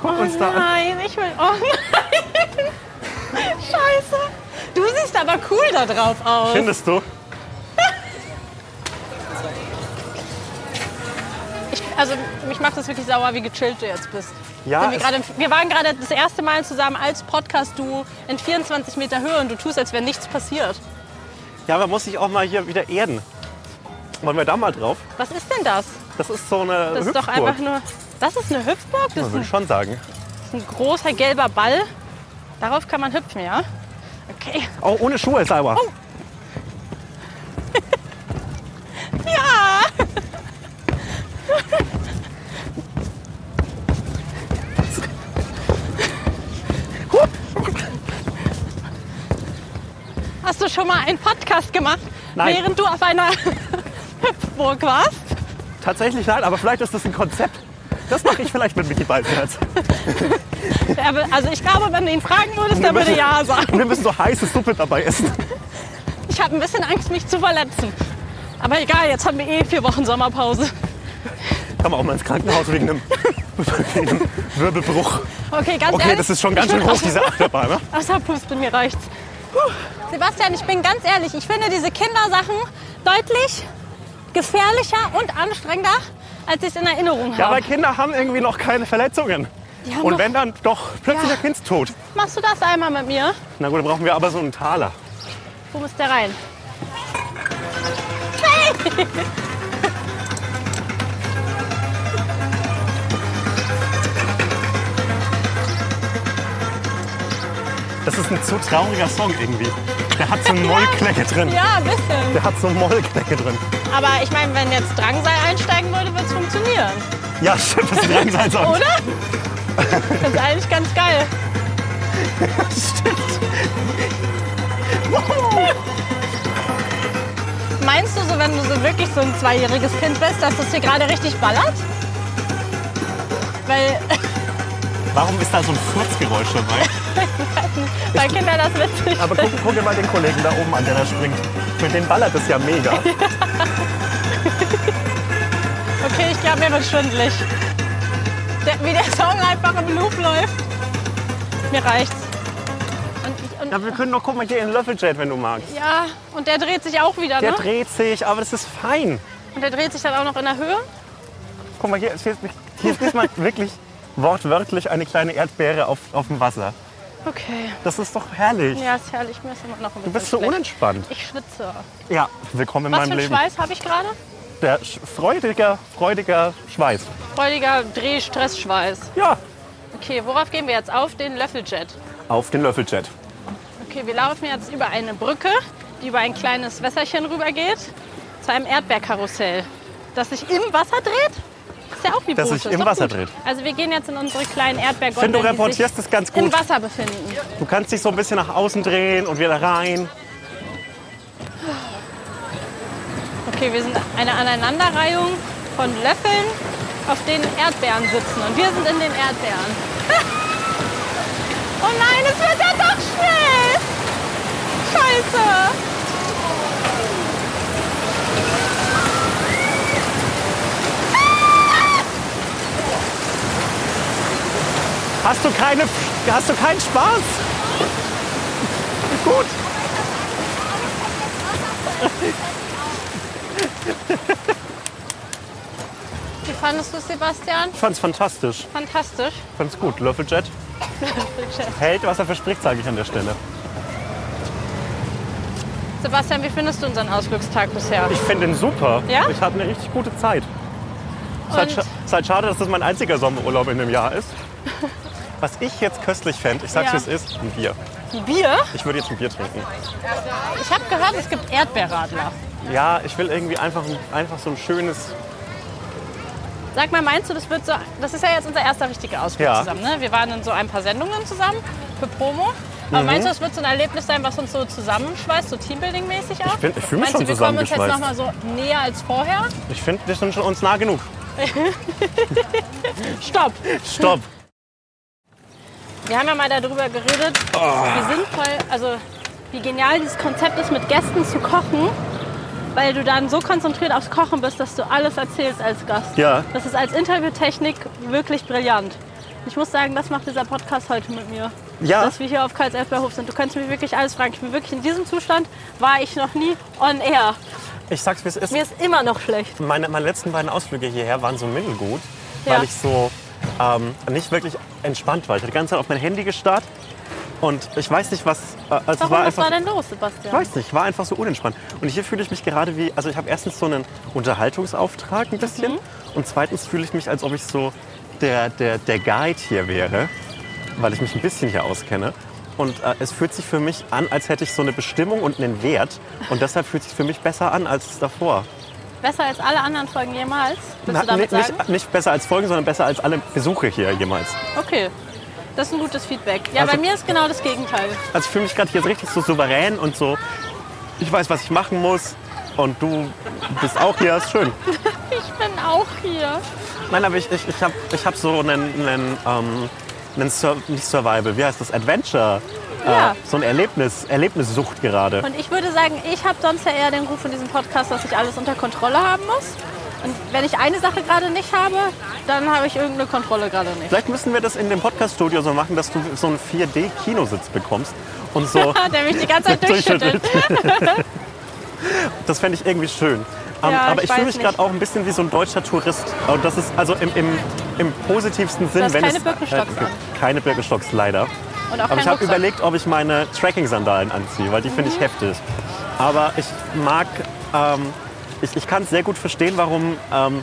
Guck Oh uns da an. nein, ich will. Oh nein! [laughs] Scheiße! Du siehst aber cool da drauf aus. Findest du? Ich, also mich macht das wirklich sauer, wie gechillt du jetzt bist. Ja, Denn wir, es- gerade, wir waren gerade das erste Mal zusammen als Podcast-Duo in 24 Meter Höhe und du tust, als wäre nichts passiert. Ja, man muss sich auch mal hier wieder erden. Wollen wir da mal drauf? Was ist denn das? Das ist so eine Das ist doch Hüpfburg. einfach nur. Das ist eine Hüpfburg? Das ist Würde ich ein, schon sagen. das ist ein großer gelber Ball. Darauf kann man hüpfen, ja? Okay. Oh, ohne Schuhe ist aber. Ja! schon mal einen Podcast gemacht, Nein. während du auf einer [laughs] Hüpfburg warst? Tatsächlich nein, aber vielleicht ist das ein Konzept. Das mache ich vielleicht mit Mickey Beisenherz. Er will- Also ich glaube, wenn du ihn fragen würdest, der würde [laughs] ja sagen. Und wir müssen so heiße Suppe dabei essen. Ich habe ein bisschen Angst, mich zu verletzen. Aber egal, jetzt haben wir eh vier Wochen Sommerpause. Kann man auch mal ins Krankenhaus wegen einem, wegen einem Wirbelbruch. Okay, ganz Okay, ehrlich. das ist schon ganz ich [laughs] schön bin groß, diese Achterbahn. Ne? Außer Pusten, mir reicht's. Puh. Sebastian, ich bin ganz ehrlich, ich finde diese Kindersachen deutlich gefährlicher und anstrengender, als ich es in Erinnerung Ja, habe. aber Kinder haben irgendwie noch keine Verletzungen. Die haben Und doch- wenn dann doch plötzlicher Ja. Kindstod. Machst du das einmal mit mir? Na gut, dann brauchen wir aber so einen Taler. Wo muss der rein? Das ist ein zu trauriger Song irgendwie. Der hat so einen Mollknecke drin. Ja, ein bisschen. Der hat so einen Mollknecke drin. Aber ich meine, wenn jetzt Drangsal einsteigen würde, würde es funktionieren. Ja, stimmt, das ist ein Rangsal-Song. Oder? Das ist eigentlich ganz geil. Meinst du so, wenn du so wirklich so ein zweijähriges Kind bist, dass das hier gerade richtig ballert? [laughs] Weil Warum ist da so ein Furzgeräusch dabei? bei Kindern das witzig. Aber guck, guck dir mal den Kollegen da oben an, der da springt. Für den ballert das ja [laughs] mega. Okay, ich glaube, mir wird schwindelig. Der, wie der Song einfach im Loop läuft. Mir reicht's. Und, ich, Ja, und, wir können doch, guck mal, hier in den Löffeljet, wenn du magst. ja, und der dreht sich auch wieder, Der ne? dreht sich, aber das ist fein. Und der dreht sich dann auch noch in der Höhe. Guck mal, hier, ist- hier, ist- hier ist [laughs] diesmal wirklich wortwörtlich eine kleine Erdbeere auf, auf dem Wasser. Okay. Das ist doch herrlich. Ja, ist herrlich. Mir ist immer noch ein bisschen Du bist so schlecht. unentspannt. Ich schwitze. Ja, willkommen in Was für meinem ein Leben. Schweiß habe ich gerade? Der sch freudiger, freudiger Schweiß. Freudiger Drehstressschweiß. Ja, Okay, worauf gehen wir jetzt? Auf den Löffeljet. auf den Löffeljet. Okay, wir laufen jetzt über eine Brücke, die über ein kleines Wässerchen rübergeht, zu einem Erdbeerkarussell, das sich im Wasser dreht. Ist ja auch wie Das Boote, sich ist im doch Wasser gut. dreht. Also wir gehen jetzt in unsere kleinen Ich finde, Erdbeergondeln, du reportierst die das ganz sich im gut. Wasser befinden. Du kannst dich so ein bisschen nach außen drehen und wieder rein. Okay, wir sind eine Aneinanderreihung von Löffeln, auf denen Erdbeeren sitzen. Und wir sind in den Erdbeeren. [laughs] oh nein, es wird ja doch schnell! Scheiße! Hast du, keine, hast du keinen Spaß? Gut. Wie fandest du, Sebastian? Ich fand's fantastisch. Fantastisch. Ich fand's gut. Löffeljet hält, was er verspricht, sage ich an der Stelle. Sebastian, wie findest du unseren Ausflugstag bisher? Ich finde ihn super. Ja? Ich hatte eine richtig gute Zeit. Es ist halt, Und- scha- es ist halt schade, dass das mein einziger Sommerurlaub in dem Jahr ist. Was ich jetzt köstlich fände, ich sag's Ja. wie es ist, ein Bier. Ein Bier? Ich würde jetzt ein Bier trinken. Ich habe gehört, es gibt Erdbeerradler. Ja, ich will irgendwie einfach, ein- einfach so ein schönes. Sag mal, meinst du, das wird so. Das ist ja jetzt unser erster richtiger Ausflug Ja. zusammen. Ne? Wir waren in so ein paar Sendungen zusammen für Promo. Mhm. Aber meinst du, das wird so ein Erlebnis sein, was uns so zusammenschweißt, so Teambuilding-mäßig auch? Ich bin- ich fühl meinst mich schon du, wir kommen uns jetzt zusammengeschweißt. nochmal so näher als vorher? Ich finde, wir sind schon uns nah genug. Stopp! Stopp! Wir haben ja mal darüber geredet, Oh. wie sinnvoll, also wie genial dieses Konzept ist, mit Gästen zu kochen, weil du dann so konzentriert aufs Kochen bist, dass du alles erzählst als Gast. Ja. Das ist als Interviewtechnik wirklich brillant. Ich muss sagen, das macht dieser Podcast heute mit mir. Ja. Dass wir hier auf Karls Elfberhof sind. Du kannst mich wirklich alles fragen. Ich bin wirklich in diesem Zustand, war ich noch nie on air. Ich sag's wie es ist. Mir ist immer noch schlecht. Meine, meine letzten beiden Ausflüge hierher waren so mittelgut, Ja. weil ich so ähm, nicht wirklich entspannt war. Ich hatte die ganze Zeit auf mein Handy gestarrt und ich weiß nicht, was. Äh, also es Warum, war was einfach, war denn los, Ich Sebastian? weiß nicht, ich war einfach so unentspannt. Und hier fühle ich mich gerade wie, also ich habe erstens so einen Unterhaltungsauftrag ein bisschen und zweitens fühle ich mich, als ob ich so der, der, der Guide hier wäre, weil ich mich ein bisschen hier auskenne. Und äh, es fühlt sich für mich an, als hätte ich so eine Bestimmung und einen Wert. Und deshalb fühlt sich für mich besser an als davor. Besser als alle anderen Folgen jemals, willst Na, du damit ni- sagen? nicht, nicht besser als Folgen, sondern besser als alle Besuche hier jemals. Okay, das ist ein gutes Feedback. Ja, Also- bei mir ist genau das Gegenteil. Also ich fühle mich gerade hier so richtig so souverän und so Ich weiß, was ich machen muss. Und du bist auch hier, ist schön. Ich bin auch hier. Nein, aber ich, ich, ich habe ich hab so einen, einen, ähm, einen Sur nicht Survival, wie heißt das? Adventure. Ja. Äh, so ein Erlebnis, Erlebnissucht gerade. Und ich würde sagen, ich habe sonst ja eher den Ruf in diesem Podcast, dass ich alles unter Kontrolle haben muss. Und wenn ich eine Sache gerade nicht habe, dann habe ich irgendeine Kontrolle gerade nicht. Vielleicht müssen wir das in dem Podcast-Studio so machen, dass du so einen 4D-Kinositz bekommst [laughs] und so. Der mich die ganze [laughs] Zeit durchschüttelt. das fände ich irgendwie schön. Ähm, Ja, aber ich ich, fühle weiß mich gerade nicht. auch ein bisschen wie so ein deutscher Tourist. Und das ist also im, im, im positivsten Sinn, hast wenn keine es. Birkenstocks äh, an. keine Birkenstocks, leider. Und auch Aber kein ich habe Rucksack. Mhm. überlegt, ob ich meine Trekking-Sandalen anziehe, weil die finde ich heftig. Aber ich mag, ähm, ich, ich kann es sehr gut verstehen, warum ähm,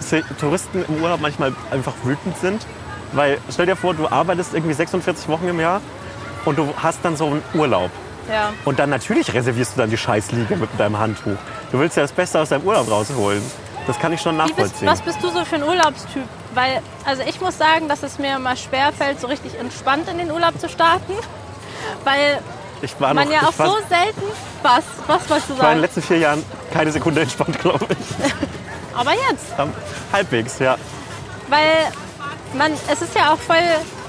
Se- Touristen im Urlaub manchmal einfach wütend sind. Weil stell dir vor, du arbeitest irgendwie 46 Wochen im Jahr und du hast dann so einen Urlaub. Ja. Und dann natürlich reservierst du dann die Scheißliege mit deinem Handtuch. Du willst ja das Beste aus deinem Urlaub rausholen. Das kann ich schon Wie bist, nachvollziehen. was bist du so für ein Urlaubstyp? Weil, also ich muss sagen, dass es mir immer schwer fällt, so richtig entspannt in den Urlaub zu starten. Weil Ich war, noch, man ja auch Ah, ich war, so selten was, was wolltest du ich war in sagen? den letzten vier Jahren keine Sekunde entspannt, [laughs] glaube ich. Aber jetzt, Ähm, Halbwegs, ja. weil man, es ist ja auch voll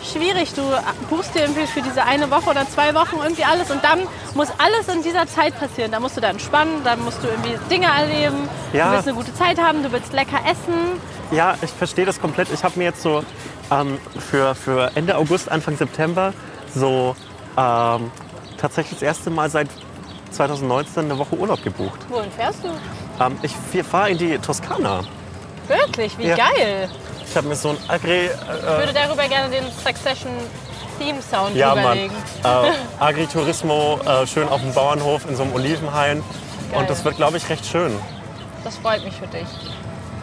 schwierig. Du buchst dir irgendwie für diese eine Woche oder zwei Wochen irgendwie alles und dann muss alles in dieser Zeit passieren. Da musst du dann entspannen, dann musst du irgendwie Dinge erleben, Ja. du willst eine gute Zeit haben, du willst lecker essen. Ja, ich verstehe das komplett. Ich habe mir jetzt so ähm, für, für Ende August, Anfang September so ähm, tatsächlich das erste Mal seit 2019 eine Woche Urlaub gebucht. Wohin fährst du? Ähm, ich fahre in die Toskana. Wirklich, wie Ja. geil! Ich habe mir so ein Agri... Äh, Ich würde darüber gerne den Succession Theme Sound ja, Mann. Äh, überlegen. Agriturismo, äh, schön auf dem Bauernhof in so einem Olivenhain. Geil. Und das wird, glaube ich, recht schön. Das freut mich für dich,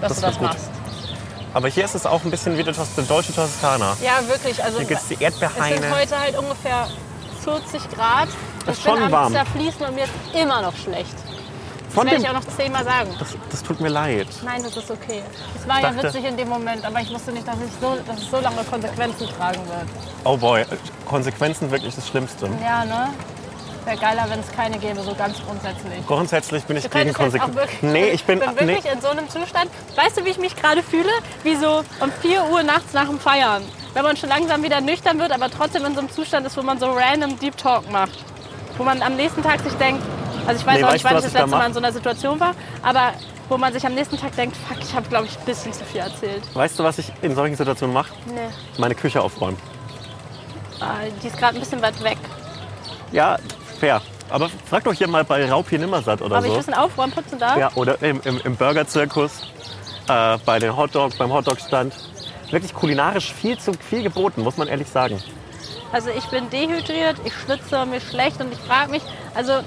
dass Das du das wird gut. machst. Aber hier ist es auch ein bisschen wie der Tos- die deutsche Toskana. Ja, wirklich. Also Hier gibt es die es sind Erdbeerhaine. heute halt ungefähr 40 Grad. Das ist ich schon bin abends warm. da fließen und mir ist immer noch schlecht. Das Von werde ich dem- auch noch zehnmal sagen. das, das tut mir leid. Nein, das ist okay. Es war ja dachte- witzig in dem Moment, aber ich wusste nicht, dass, ich so, dass es so lange Konsequenzen tragen wird. Oh boy, Konsequenzen wirklich das Schlimmste. Ja, ne? Wäre geiler, wenn es keine gäbe, so ganz grundsätzlich. Grundsätzlich bin ich Du gegen könntest jetzt auch Konsequenzen. wirklich, Nee, ich bin. bin wirklich nee, in so einem Zustand. Weißt du, wie ich mich gerade fühle? Wie so um 4 Uhr nachts nach dem Feiern. Wenn man schon langsam wieder nüchtern wird, aber trotzdem in so einem Zustand ist, wo man so random Deep Talk macht. Wo man am nächsten Tag sich denkt, also ich weiß Nee, auch nicht, weißt du, wann ich was das ich da letzte Mal mach? in so einer Situation war, aber wo man sich am nächsten Tag denkt, fuck, ich habe, glaube ich, ein bisschen zu viel erzählt. weißt du, was ich in solchen Situationen mache? Nee. Meine Küche aufräumen. Ah, die ist gerade ein bisschen weit weg. Ja, fair. Aber frag doch hier mal bei Raupi Nimmersatt oder Ob ich ein so. bisschen aufräumen, putzen darf? Ja, oder im, im, im Burger-Zirkus, äh, bei den Hotdogs, beim Hotdog-Stand. Wirklich kulinarisch viel zu viel geboten, muss man ehrlich sagen. Also ich bin dehydriert, ich schwitze, mir ist schlecht und ich frage mich, also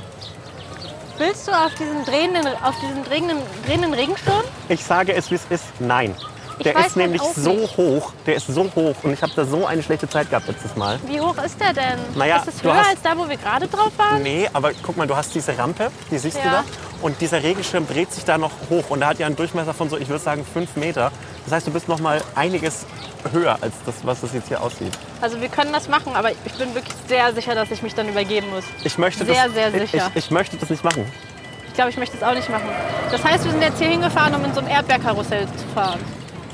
willst du auf diesen drehenden, auf diesen drehenden, drehenden Regensturm? Ich sage es, wie es ist. Nein. Ich Der weiß ist halt nämlich auch so nicht. hoch. Der ist so hoch. Und ich habe da so eine schlechte Zeit gehabt letztes Mal. Wie hoch ist der denn? Naja, ist es du höher hast- Mhm. als da, wo wir gerade drauf waren? Nee, aber guck mal, du hast diese Rampe, die siehst du Ja. da. Und dieser Regenschirm dreht sich da noch hoch. Und da hat ja einen Durchmesser von so, ich würde sagen, fünf Meter. Das heißt, du bist noch mal einiges höher als das, was das jetzt hier aussieht. Also wir können das machen, aber ich bin wirklich sehr sicher, dass ich mich dann übergeben muss. Ich möchte Sehr, das, sehr ich, sicher. Ich, ich möchte das nicht machen. Ich glaube, ich möchte es auch nicht machen. Das heißt, wir sind jetzt hier hingefahren, um in so einem Erdbeerkarussell zu fahren.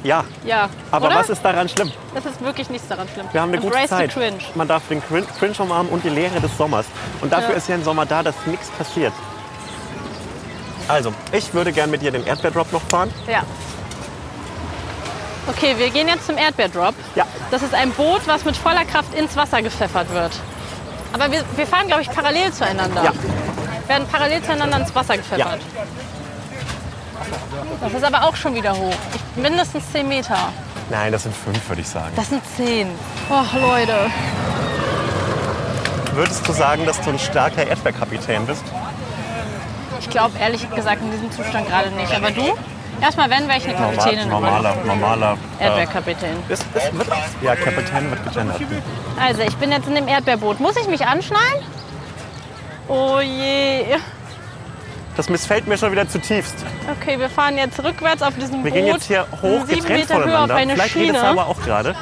Ja, Ja. aber oder? was ist daran schlimm? Das ist wirklich nichts daran schlimm. Wir haben eine gute Embrace Zeit. the cringe. Man darf den Crin- Cringe umarmen und die Leere des Sommers. Und dafür Ja. ist ja ein Sommer da, dass nichts passiert. Also, ich würde gern mit dir den Erdbeerdrop noch fahren. Ja. Okay, wir gehen jetzt zum Erdbeerdrop. Ja. Das ist ein Boot, was mit voller Kraft ins Wasser gepfeffert wird. Aber wir, wir fahren, glaube ich, parallel zueinander. Ja. Werden parallel zueinander ins Wasser gepfeffert. Das ist aber auch schon wieder hoch. Ich, mindestens 10 Meter. Nein, das sind fünf, würde ich sagen. Das sind 10. Och, Leute. Würdest du sagen, dass du ein starker Erdbeerkapitän bist? Ich glaube, ehrlich gesagt, in diesem Zustand gerade nicht. Aber du? Erstmal, wenn, wäre ich eine Kapitänin. normaler, normaler. Erdbeerkapitän. Äh, ist, ist, wird, ja, Kapitän wird gegendert. Also, ich bin jetzt in dem Erdbeerboot. Muss ich mich anschnallen? Oh je. Das missfällt mir schon wieder zutiefst. Okay, wir fahren jetzt rückwärts auf diesem Wir Boot. äh, gehen jetzt hier hoch, sieben getrennt Meter höher auf voneinander. eine Vielleicht geht es Schiene. aber auch gerade.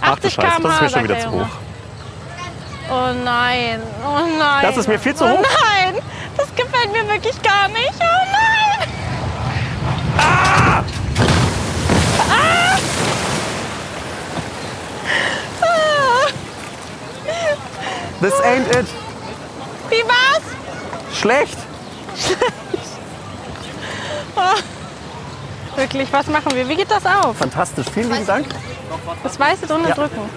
Ach du 80 Scheiße, das ist mir km/h, schon wieder zu sagt der hoch. Junge. Oh nein, oh nein. Das ist mir viel zu oh hoch. Nein, Das gefällt mir wirklich gar nicht. Oh nein! This ain't it. Wie war's? Schlecht. Wirklich, was machen wir? Wie geht das auf? Fantastisch. Vielen lieben Dank. Das Weiße drinnen drücken.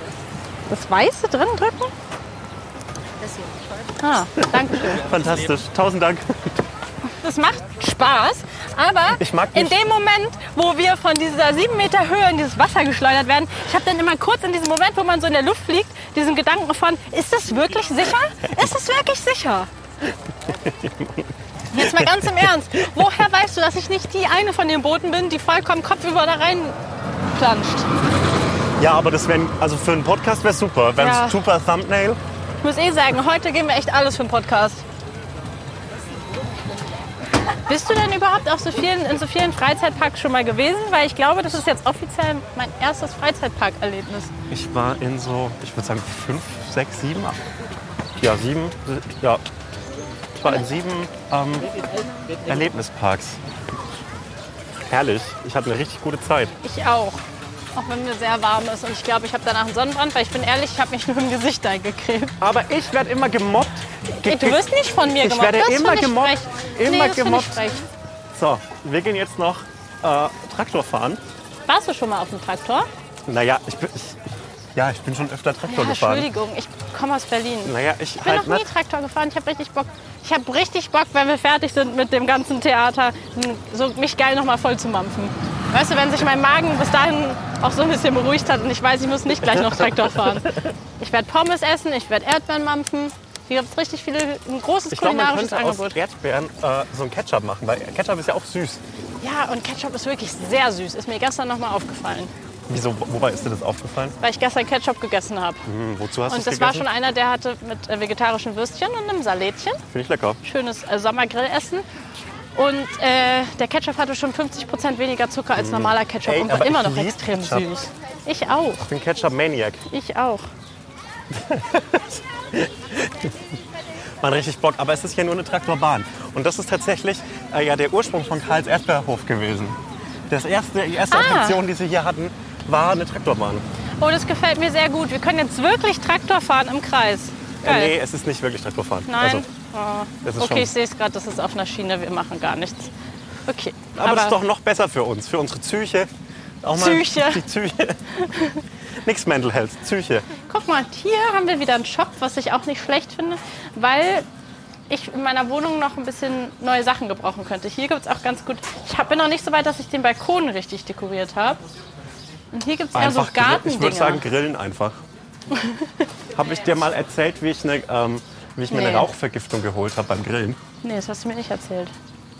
Das Weiße drinnen drücken? Ah, danke schön. Fantastisch. Tausend Dank. Das macht Spaß, aber Ich mag in nicht- dem Moment, wo wir von dieser sieben Meter Höhe in dieses Wasser geschleudert werden, ich habe dann immer kurz in diesem Moment, wo man so in der Luft fliegt, diesen Gedanken von, ist das wirklich sicher? Ist das wirklich sicher? Jetzt mal ganz im Ernst, woher weißt du, dass ich nicht die eine von den Booten bin, die vollkommen kopfüber da rein planscht? Ja, aber das wäre, also für einen Podcast wäre super. Wäre Ja. ein super Thumbnail. Ich muss eh sagen, heute geben wir echt alles für den Podcast. Bist du denn überhaupt auf so vielen, in so vielen Freizeitparks schon mal gewesen? Weil ich glaube, das ist jetzt offiziell mein erstes Freizeitparkerlebnis. Ich war in so, ich würde sagen, fünf, sechs, sieben. Ja, sieben. Ja. Ich war in sieben ähm, Erlebnisparks. Herrlich. Ich hatte eine richtig gute Zeit. Ich auch. Auch wenn mir sehr warm ist und ich glaube, ich habe danach einen Sonnenbrand, weil ich bin ehrlich, ich habe mich nur im Gesicht eingecremt. Aber ich werde immer gemobbt. Ge- Du ge- wirst nicht von mir Ich gemobbt. werde das find immer ich gemobbt. frech. Immer nee, das find gemobbt. Ich frech. So, wir gehen jetzt noch äh, Traktor fahren. Warst du schon mal auf dem Traktor? Naja, ich bin, ich, ja, ich bin schon öfter Traktor Ja, gefahren. Entschuldigung, ich komme aus Berlin. Naja, ich, Ich bin halt noch nie nicht. Traktor gefahren. Ich habe richtig Bock. Ich habe richtig Bock, wenn wir fertig sind mit dem ganzen Theater, so mich geil noch mal voll zu mampfen. Weißt du, wenn sich mein Magen bis dahin auch so ein bisschen beruhigt hat und ich weiß, ich muss nicht gleich noch Traktor [laughs] fahren. Ich werde Pommes essen, ich werde Erdbeeren mampfen. Hier gibt es richtig viele, ein großes Ich glaube, man kulinarisches könnte aus Angebot. Erdbeeren äh, so ein Ketchup machen, weil Ketchup ist ja auch süß. Ja, und Ketchup ist wirklich sehr süß. Ist mir gestern noch mal aufgefallen, Wieso, wobei ist dir das aufgefallen? weil ich gestern Ketchup gegessen habe. Hm, wozu hast du Und es das gegessen? war schon einer, der hatte mit äh, vegetarischen Würstchen und einem Salätchen. Finde ich lecker. schönes äh, Sommergrillessen. Und äh, der Ketchup hatte schon 50% weniger Zucker als normaler Ketchup Mhm. Ey, und aber war immer ich noch lieb extrem Ketchup. süß. Ich auch, Ich bin Ketchup-Maniac. ich auch. Man richtig Bock, aber es ist ja nur eine Traktorbahn. Und das ist tatsächlich äh, ja der Ursprung von Karls Erdbeerhof gewesen. Das erste, die erste Ah! Attraktion, die sie hier hatten, war eine Traktorbahn. Äh, Oh, das gefällt mir sehr gut. Wir können jetzt wirklich Traktor fahren im Kreis. Äh, nee, Geil. es ist nicht wirklich Traktorfahren. Nein. Also, das oh. ist Okay, schon- ich sehe es gerade, das ist auf einer Schiene, wir machen gar nichts. Okay. aber, das ist doch noch besser für uns, für unsere Psyche. Auch mal Psyche. [laughs] Die Psyche. Nix Mental Health, Psyche. Guck mal, hier haben wir wieder einen Shop, was ich auch nicht schlecht finde, weil ich in meiner Wohnung noch ein bisschen neue Sachen gebrauchen könnte. Hier gibt es auch ganz gut. Ich hab, bin noch nicht so weit, dass ich den Balkon richtig dekoriert habe. Und hier gibt es eher so Einfach grill- Ich würde sagen, Gartendinge. grillen einfach. habe ich dir mal erzählt, wie ich, eine, ähm, wie ich mir Nee. eine Rauchvergiftung geholt habe beim Grillen? Nee, das hast du mir nicht erzählt.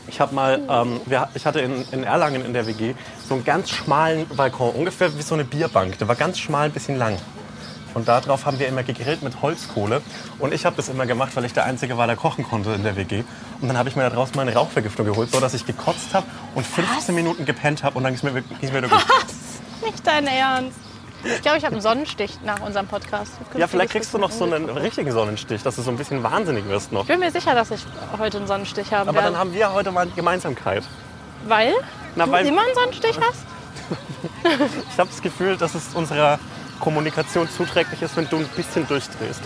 Ich habe mal, ähm, wir, ich hatte in, in Erlangen in der WG so einen ganz schmalen Balkon, ungefähr wie so eine Bierbank. Der war ganz schmal, ein bisschen lang. Und darauf haben wir immer gegrillt mit Holzkohle. Und ich habe das immer gemacht, weil ich der Einzige war, der kochen konnte in der WG. Und dann habe ich mir da draußen meine Rauchvergiftung geholt, so dass ich gekotzt habe und 15 Minuten gepennt habe. Und dann ging mir, ging's mir wieder gut. Nicht dein Ernst. Ich glaube, ich habe einen Sonnenstich nach unserem Podcast. Ja, vielleicht kriegst du noch so einen richtigen Sonnenstich, dass du so ein bisschen wahnsinnig wirst noch. Ich bin mir sicher, dass ich heute einen Sonnenstich haben Aber werde. dann haben wir heute mal eine Gemeinsamkeit. weil Na, du weil- immer einen Sonnenstich hast? Ich habe das Gefühl, dass es unserer Kommunikation zuträglich ist, wenn du ein bisschen durchdrehst.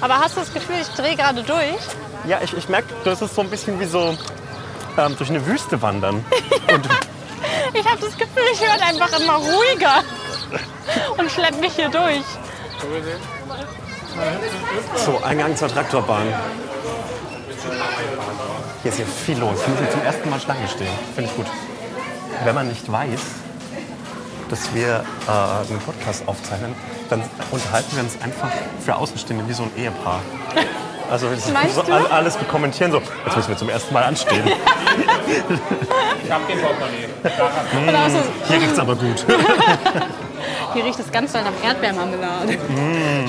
Aber hast du das Gefühl, ich drehe gerade durch? Ja, ich, ich merke, das ist so ein bisschen wie so ähm, durch eine Wüste wandern. Ich habe das Gefühl, ich werde einfach immer ruhiger und schlepp mich hier durch. So, Eingang zur Traktorbahn. Hier ist hier viel los. Wir müssen zum ersten Mal Schlange stehen. Finde ich gut. Wenn man nicht weiß, dass wir äh, einen Podcast aufzeichnen, dann unterhalten wir uns einfach für Außenstehende wie so ein Ehepaar. Also das Meinst so, du? all- alles wir kommentieren so, jetzt müssen wir zum ersten Mal anstehen. Und auch so, Hier geht's aber gut. hier riecht es ganz doll nach Erdbeermarmelade.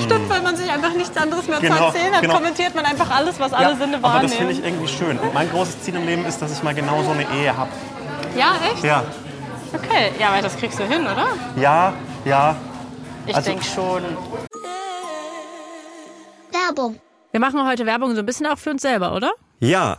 [laughs] Stimmt, weil man sich einfach nichts anderes mehr zu Genau, erzählen hat, genau. kommentiert man einfach alles, was [laughs] alle Sinne aber das wahrnehmen. finde ich irgendwie schön. Und mein großes Ziel im Leben ist, dass ich mal genau so eine Ehe habe. ja, echt? Ja, Okay. Ja, aber das kriegst du hin, oder? ja, ja. Ich Also- denk schon. Werbung. Wir machen heute Werbung so ein bisschen auch für uns selber, oder? Ja.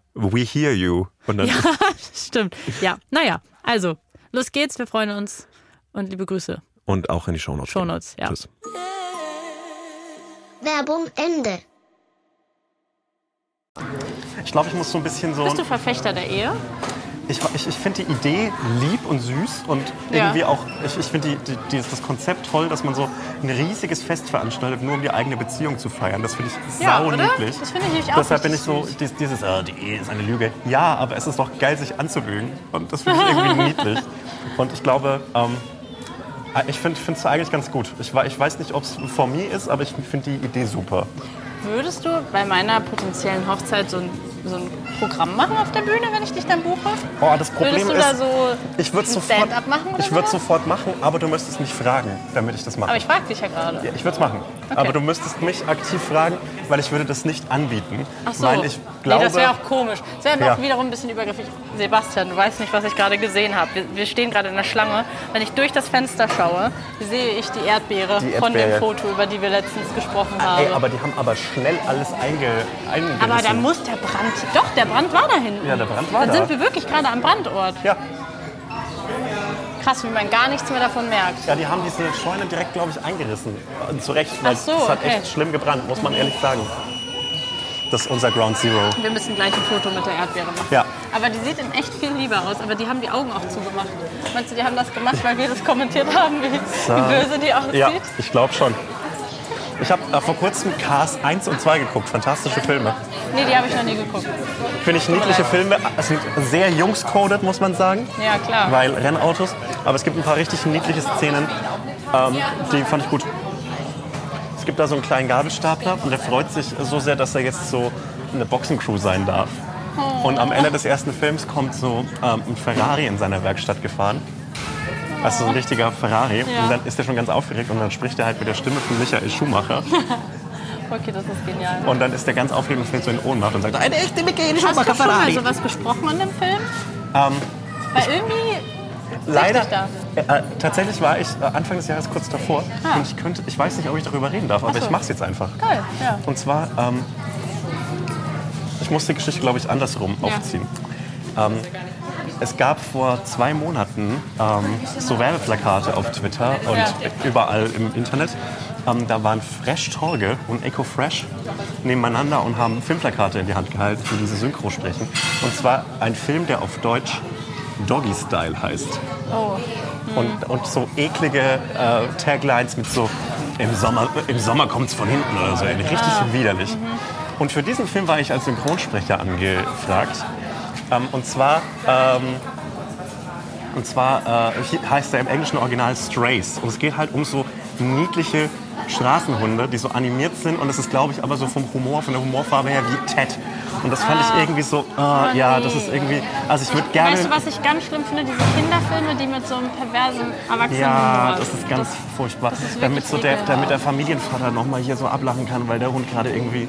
We Hear You. Und dann [laughs] Stimmt. Ja, naja. Also, los geht's. Wir freuen uns. Und liebe Grüße. [laughs] Und auch in die Shownotes. gehen. Shownotes, ja. Tschüss. Werbung Ende. Ich glaube, ich muss so ein bisschen so. Bist du Verfechter der Ehe? Ich, ich, ich finde die Idee lieb und süß und Ja. irgendwie auch, ich, ich finde die, die, dieses- das Konzept toll, dass man so ein riesiges Fest veranstaltet, nur um die eigene Beziehung zu feiern. Das finde ich Ja, sau oder? niedlich. Das finde ich nämlich auch Deshalb bin ich richtig so, süß. dies, dieses, äh, die Ehe ist eine Lüge. Ja, aber es ist doch geil, sich anzulügen. Und das finde ich [laughs] irgendwie niedlich. Und ich glaube, ähm, ah, ich finde es eigentlich ganz gut. Ich, wei- ich weiß nicht, ob es for me ist, aber ich finde die Idee super. Würdest du bei meiner potenziellen Hochzeit so ein, so ein Programm machen auf der Bühne, wenn ich dich dann buche? Boah, Oh, das Problem Würdest du ist, da so ich würde ein sofort, Stand-up machen oder ich würde sowas? sofort machen, aber du müsstest mich fragen, damit ich das mache. Aber ich frag dich ja gerade. Ja, ich würde es machen. Aber du müsstest mich aktiv fragen, weil ich würde das nicht anbieten. Ach so. Weil ich glaube, nee, das wäre auch komisch. Das wäre Ja. auch wiederum ein bisschen übergriffig. Sebastian, du weißt nicht, was ich gerade gesehen habe. Wir, wir stehen gerade in der Schlange. Wenn ich durch das Fenster schaue, sehe ich die Erdbeere, Die von dem Erdbeere. Foto, über die wir letztens gesprochen haben. Ey, aber die haben aber schnell alles einge, eingerissen. Aber da muss der Brand. Doch, der Brand war da hinten. Ja, der Brand war Dann da. sind wir wirklich gerade am Brandort. Ja. Krass, wie man gar nichts mehr davon merkt. ja, die haben diese Scheune direkt, glaube ich, eingerissen. Äh, Zu Recht, weil Ach so, es hat okay. Mhm. echt schlimm gebrannt, muss man ehrlich sagen. Das ist unser Ground Zero. Wir müssen gleich ein Foto mit der Erdbeere machen. Ja. Aber die sieht in echt viel lieber aus. Aber die haben die Augen auch zugemacht. Meinst du, die haben das gemacht, weil wir das kommentiert haben, wie, wie böse die aussieht? Ja, ich glaube schon. Ich habe äh, vor kurzem Cars 1 und 2 geguckt. Fantastische Filme. Nee, die habe ich noch nie geguckt. Finde ich niedliche Filme. Es sind sehr jungscoded, muss man sagen. Ja, klar. weil Rennautos. Aber es gibt ein paar richtig niedliche Szenen, ähm, die fand ich gut. Es gibt da so einen kleinen Gabelstapler und der freut sich so sehr, dass er jetzt so eine Boxencrew sein darf. Und am Ende des ersten Films kommt so ähm, ein Ferrari in seiner Werkstatt gefahren. Also so ein richtiger Ferrari. Und dann ist er schon ganz aufgeregt und dann spricht er halt mit der Stimme von Michael Schumacher. Okay, das ist genial. Und dann ist er ganz aufgeregt und fällt so in Ohnmacht und sagt, "Nein, ey." Hast du schon mal sowas gesprochen in dem Film? ähm, Weil irgendwie Leider. da. Äh, äh, tatsächlich war ich äh, Anfang des Jahres kurz davor. Ah. Und ich könnte, ich weiß nicht, ob ich darüber reden darf, aber ich mach's jetzt einfach. Geil, ja. Und zwar, ähm, ich muss die Geschichte, glaube ich, andersrum aufziehen. Ähm, es gab vor zwei Monaten ähm, so Werbeplakate auf Twitter und überall im Internet. Ähm, da waren Fresh Torge und Echo Fresh nebeneinander und haben Filmplakate in die Hand gehalten, für diese Synchro sprechen. Und zwar ein Film, der auf Deutsch Doggy Style heißt und, und so eklige äh, Taglines mit so im Sommer, im Sommer kommt es von hinten oder so ähnlich. Richtig widerlich. Und für diesen Film war ich als Synchronsprecher angefragt. Ähm, und zwar, ähm, und zwar äh, hier heißt er im englischen Original Strays. Und es geht halt um so niedliche Straßenhunde, die so animiert sind. Und es ist, glaube ich, aber so vom Humor, von der Humorfarbe her wie Ted. Und das fand ich irgendwie so, äh, ja, das ist irgendwie, also ich würde gerne... Weißt du, was ich ganz schlimm finde? Diese Kinderfilme, die mit so einem perversen Erwachsenen. Ja, das ist ganz furchtbar. wirklich damit, so der, ekelhaft. damit der Familienvater noch mal hier so ablachen kann, weil der Hund gerade irgendwie.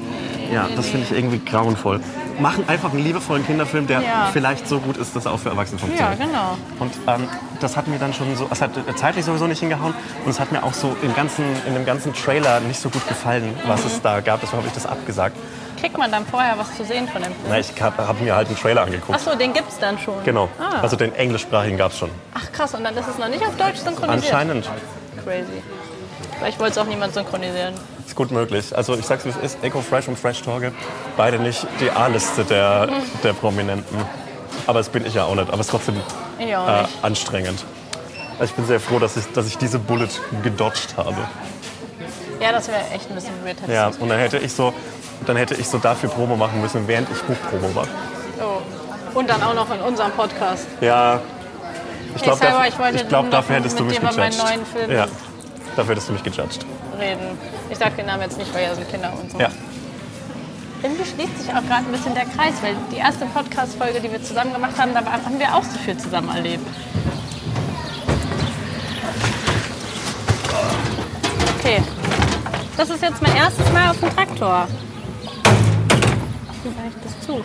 Ja, das finde ich irgendwie grauenvoll. Machen einfach einen liebevollen Kinderfilm, der Ja. vielleicht so gut ist, dass er auch für Erwachsene funktioniert. Ja, genau. Und ähm, das hat mir dann schon so, es hat äh, zeitlich sowieso nicht hingehauen und es hat mir auch so im ganzen, in dem ganzen Trailer nicht so gut gefallen, was Mhm. es da gab. Deshalb habe ich das abgesagt. kriegt man dann vorher was zu sehen von dem Film. Na, ich habe hab mir halt einen Trailer angeguckt. Achso, den gibt's dann schon. Genau. Ah. Also den englischsprachigen gab es schon. Ach krass, und dann ist es noch nicht auf Deutsch synchronisiert. Anscheinend. Crazy. Weil ich wollte es auch niemand synchronisieren. Ist gut möglich. Also ich sag's wie es ist, Eco Fresh und Fresh Torge, beide nicht die A-Liste der, der Prominenten. Aber das bin ich ja auch nicht. Aber es ist trotzdem Ich auch äh, nicht. anstrengend. Also ich bin sehr froh, dass ich, dass ich diese Bullet gedodged habe. Ja, das wäre echt ein bisschen weird. Ja, und dann hätte ich so, dann hätte ich so dafür Promo machen müssen, während ich Buchpromo mache. Oh. Und dann auch noch in unserem Podcast. Ja, ich glaube, Cyber, dafür, ich wollte ich glaub, noch dafür hättest du mit mich dir über meinen gejudged. neuen Film- Ja, dafür hättest du mich gejudged. Reden. Ich sag den Namen jetzt nicht, weil ja sind Kinder und so. Ja. Irgendwie schließt sich auch gerade ein bisschen der Kreis, weil die erste Podcast-Folge, die wir zusammen gemacht haben, da waren- haben wir auch so viel zusammen erlebt. Okay. Das ist jetzt mein erstes Mal auf dem Traktor. Wie mache ich das zu?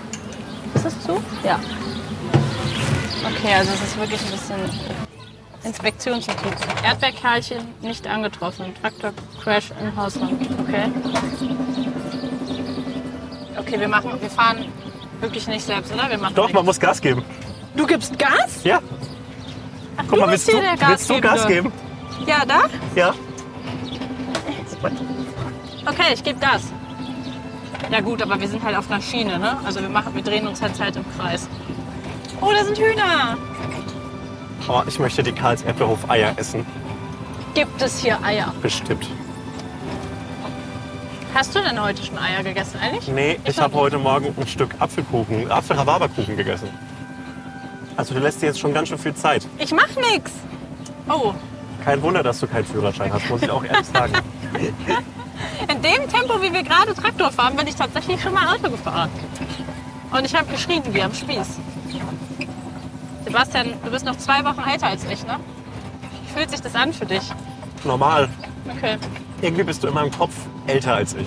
Ist das zu? Ja. Okay, also es ist wirklich ein bisschen Inspektionsnotiz. Erdbeerkerlchen nicht angetroffen. Traktor-Crash im Hausland. Okay. Okay, wir machen, wir fahren wirklich nicht selbst, oder? Wir machen Doch, man muss Gas geben. Du gibst Gas? Ja. Guck mal, bist willst du, hier der willst du Gas Gasgebende. geben? Ja, da? Ja. Okay, ich gebe Gas. Ja gut, aber wir sind halt auf einer Schiene, ne? Also wir machen, wir drehen uns halt halt im Kreis. Oh, da sind Hühner. Oh, ich möchte die Karls Erdbeerhof Eier essen. Gibt es hier Eier? Bestimmt. Hast du denn heute schon Eier gegessen eigentlich? Nee, ich habe heute Morgen ein Stück Apfelkuchen, Apfelrhabarberkuchen gegessen. Also du lässt dir jetzt schon ganz schön viel Zeit. Ich mach nix. Oh, Kein Wunder, dass du keinen Führerschein hast, muss ich auch ehrlich [laughs] sagen. in dem Tempo, wie wir gerade Traktor fahren, bin ich tatsächlich schon mal Auto gefahren. Und ich habe geschrien wie am Spieß. Sebastian, du bist noch zwei Wochen älter als ich, ne? Wie fühlt sich das an für dich? Normal. Okay. Irgendwie bist du in meinem Kopf älter als ich.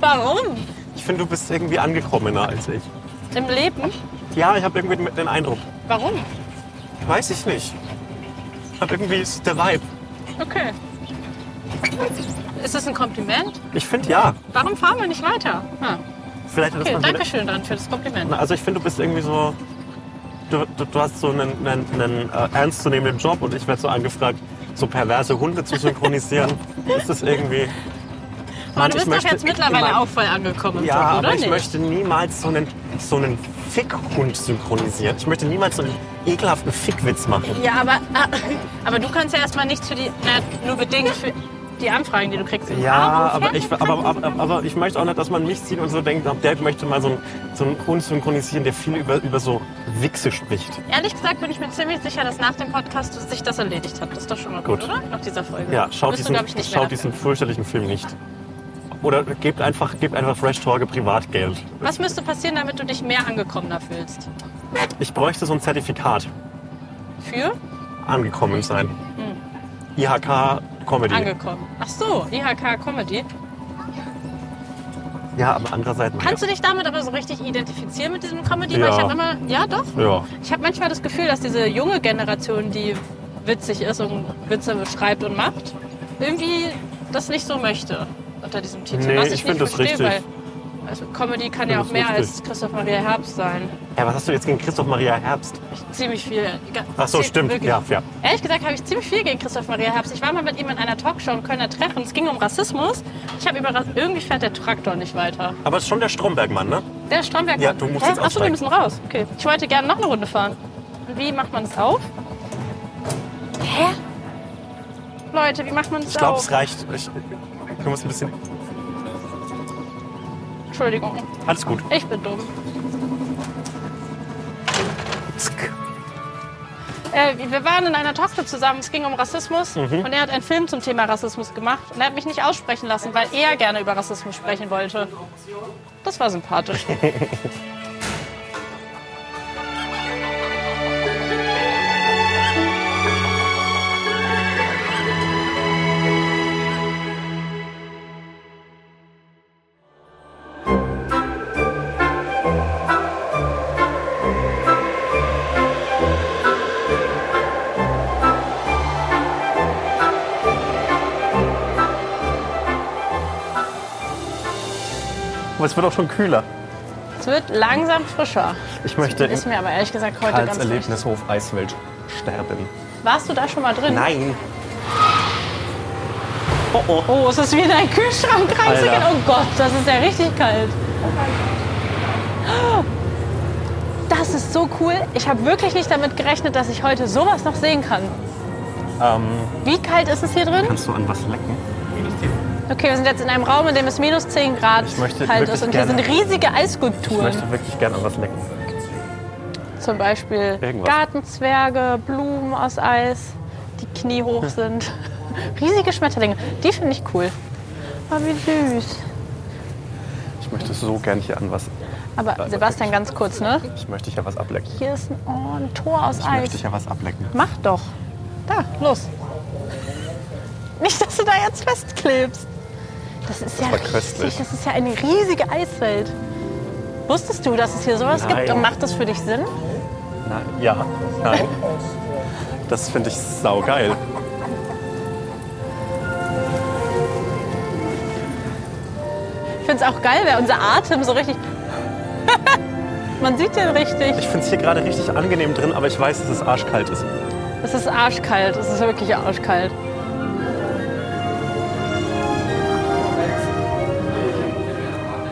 Warum? Ich finde, du bist irgendwie angekommener als ich. Im Leben? Ja, ich habe irgendwie den Eindruck. Warum? Weiß ich nicht. Ich habe irgendwie ist der Vibe. Okay. Ist das ein Kompliment? Ich finde ja. Warum fahren wir nicht weiter? Ah, Vielleicht hat das okay, mal wieder- danke schön dann für das Kompliment. Also ich finde, du bist irgendwie so. Du, du, du hast so einen, einen, einen äh, ernstzunehmenden Job und ich werde so angefragt, so perverse Hunde [laughs] zu synchronisieren. ist das irgendwie. Aber Mann, du ich bist doch möchte jetzt mittlerweile immer- auch voll angekommen im Ja, Job, oder aber ich nicht? möchte niemals so einen, so einen Fickhund synchronisieren. Ich möchte niemals so einen ekelhaften Fickwitz machen. ja, aber, ah, aber du kannst ja erstmal nichts für die, na, nur bedingt für die Anfragen, die du kriegst. Ja, aber ich, aber, aber, aber ich möchte auch nicht, dass man mich sieht und so denkt, ab der möchte mal so einen, so einen Hund synchronisieren, der viel über, über so Wichse spricht. Ehrlich gesagt bin ich mir ziemlich sicher, dass nach dem Podcast sich das erledigt hat. Das ist doch schon mal gut, Gut. oder? Nach dieser Folge. Ja, schaut Bist diesen, du, glaub ich, nicht mehr ne? schaut dafür. diesen fürchterlichen Film nicht. Oder gebt einfach, gebt einfach Fresh Torge Privatgeld. Was müsste passieren, damit du dich mehr angekommener fühlst? Ich bräuchte so ein Zertifikat. Für? Angekommen sein. Hm. IHK Comedy. Angekommen. Ach so, IHK Comedy. ja, aber andererseits. Kannst du dich damit aber so richtig identifizieren mit diesem Comedy? Ja. Weil ich hab immer, ja, doch. Ja. Ich habe manchmal das Gefühl, dass diese junge Generation, die witzig ist und Witze schreibt und macht, irgendwie das nicht so möchte unter diesem Titel. Nee, was ich, ich nicht find das verstehe, richtig. weil also Comedy kann find ja auch das mehr richtig. als Christoph Maria Herbst sein. Ja, was hast du jetzt gegen Christoph Maria Herbst? Ziemlich viel. Ga- Ach so, zie- stimmt. wirklich. Ja, ja. Ehrlich gesagt habe ich ziemlich viel gegen Christoph Maria Herbst. Ich war mal mit ihm in einer Talkshow im Kölner Treffen. Es ging um Rassismus. Ich habe über Ra- irgendwie fährt der Traktor nicht weiter. Aber ist schon der Strombergmann, ne? Der Stromberg. Ja, du musst jetzt Achso, wir aussteigen. müssen raus. Okay. Ich wollte gerne noch eine Runde fahren. Wie macht man das auf? Hä? Leute, wie macht man das Ich glaube, auf? es reicht. Ich, ich muss ein bisschen. Entschuldigung, Alles gut. ich bin dumm. Zck. Äh, wir waren in einer Talkshow zusammen, es ging um Rassismus Mhm. und er hat einen Film zum Thema Rassismus gemacht und er hat mich nicht aussprechen lassen, weil er gerne über Rassismus sprechen wollte. Das war [laughs] sympathisch. Aber es wird auch schon kühler. es wird langsam frischer. Ich möchte Ist im mir aber ehrlich gesagt heute Karls ganz recht. Erlebnishof Eiswelt sterben. Warst du da schon mal drin? Nein. Oh, oh. Oh, es ist wie in einen Kühlschrank reinzugehen. Alter. Oh Gott, das ist ja richtig kalt. Das ist so cool. Ich habe wirklich nicht damit gerechnet, dass ich heute sowas noch sehen kann. Wie kalt ist es hier drin? Ähm, Kannst du an was lecken? Okay, wir sind jetzt in einem Raum, in dem es minus 10 Grad Ich möchte kalt wirklich ist. Und hier sind gerne- riesige Ich Eisskulpturen. möchte wirklich gerne an was lecken. Zum Beispiel Irgendwas. Gartenzwerge, Blumen aus Eis, die [laughs] kniehoch sind. Riesige Schmetterlinge. Die finde ich cool. Oh, wie süß. Ich möchte so gern hier an was. Aber Sebastian, ganz kurz, ne? Ich möchte hier was ablecken. Hier ist ein, oh, ein Tor aus Ich möchte Eis. hier was ablecken. Mach doch. Da, los. Nicht, dass du da jetzt festklebst. Das ist ja war richtig. köstlich. Das ist ja eine riesige Eiswelt. Wusstest du, dass es hier sowas gibt Nein. und macht das für dich Sinn? Nein. Ja. Nein. Das finde ich saugeil. Ich finde es auch geil, weil unser Atem so richtig. [laughs] Man sieht den richtig. Ich finde es hier gerade richtig angenehm drin, aber ich weiß, dass es arschkalt ist. Es ist arschkalt, es ist wirklich arschkalt.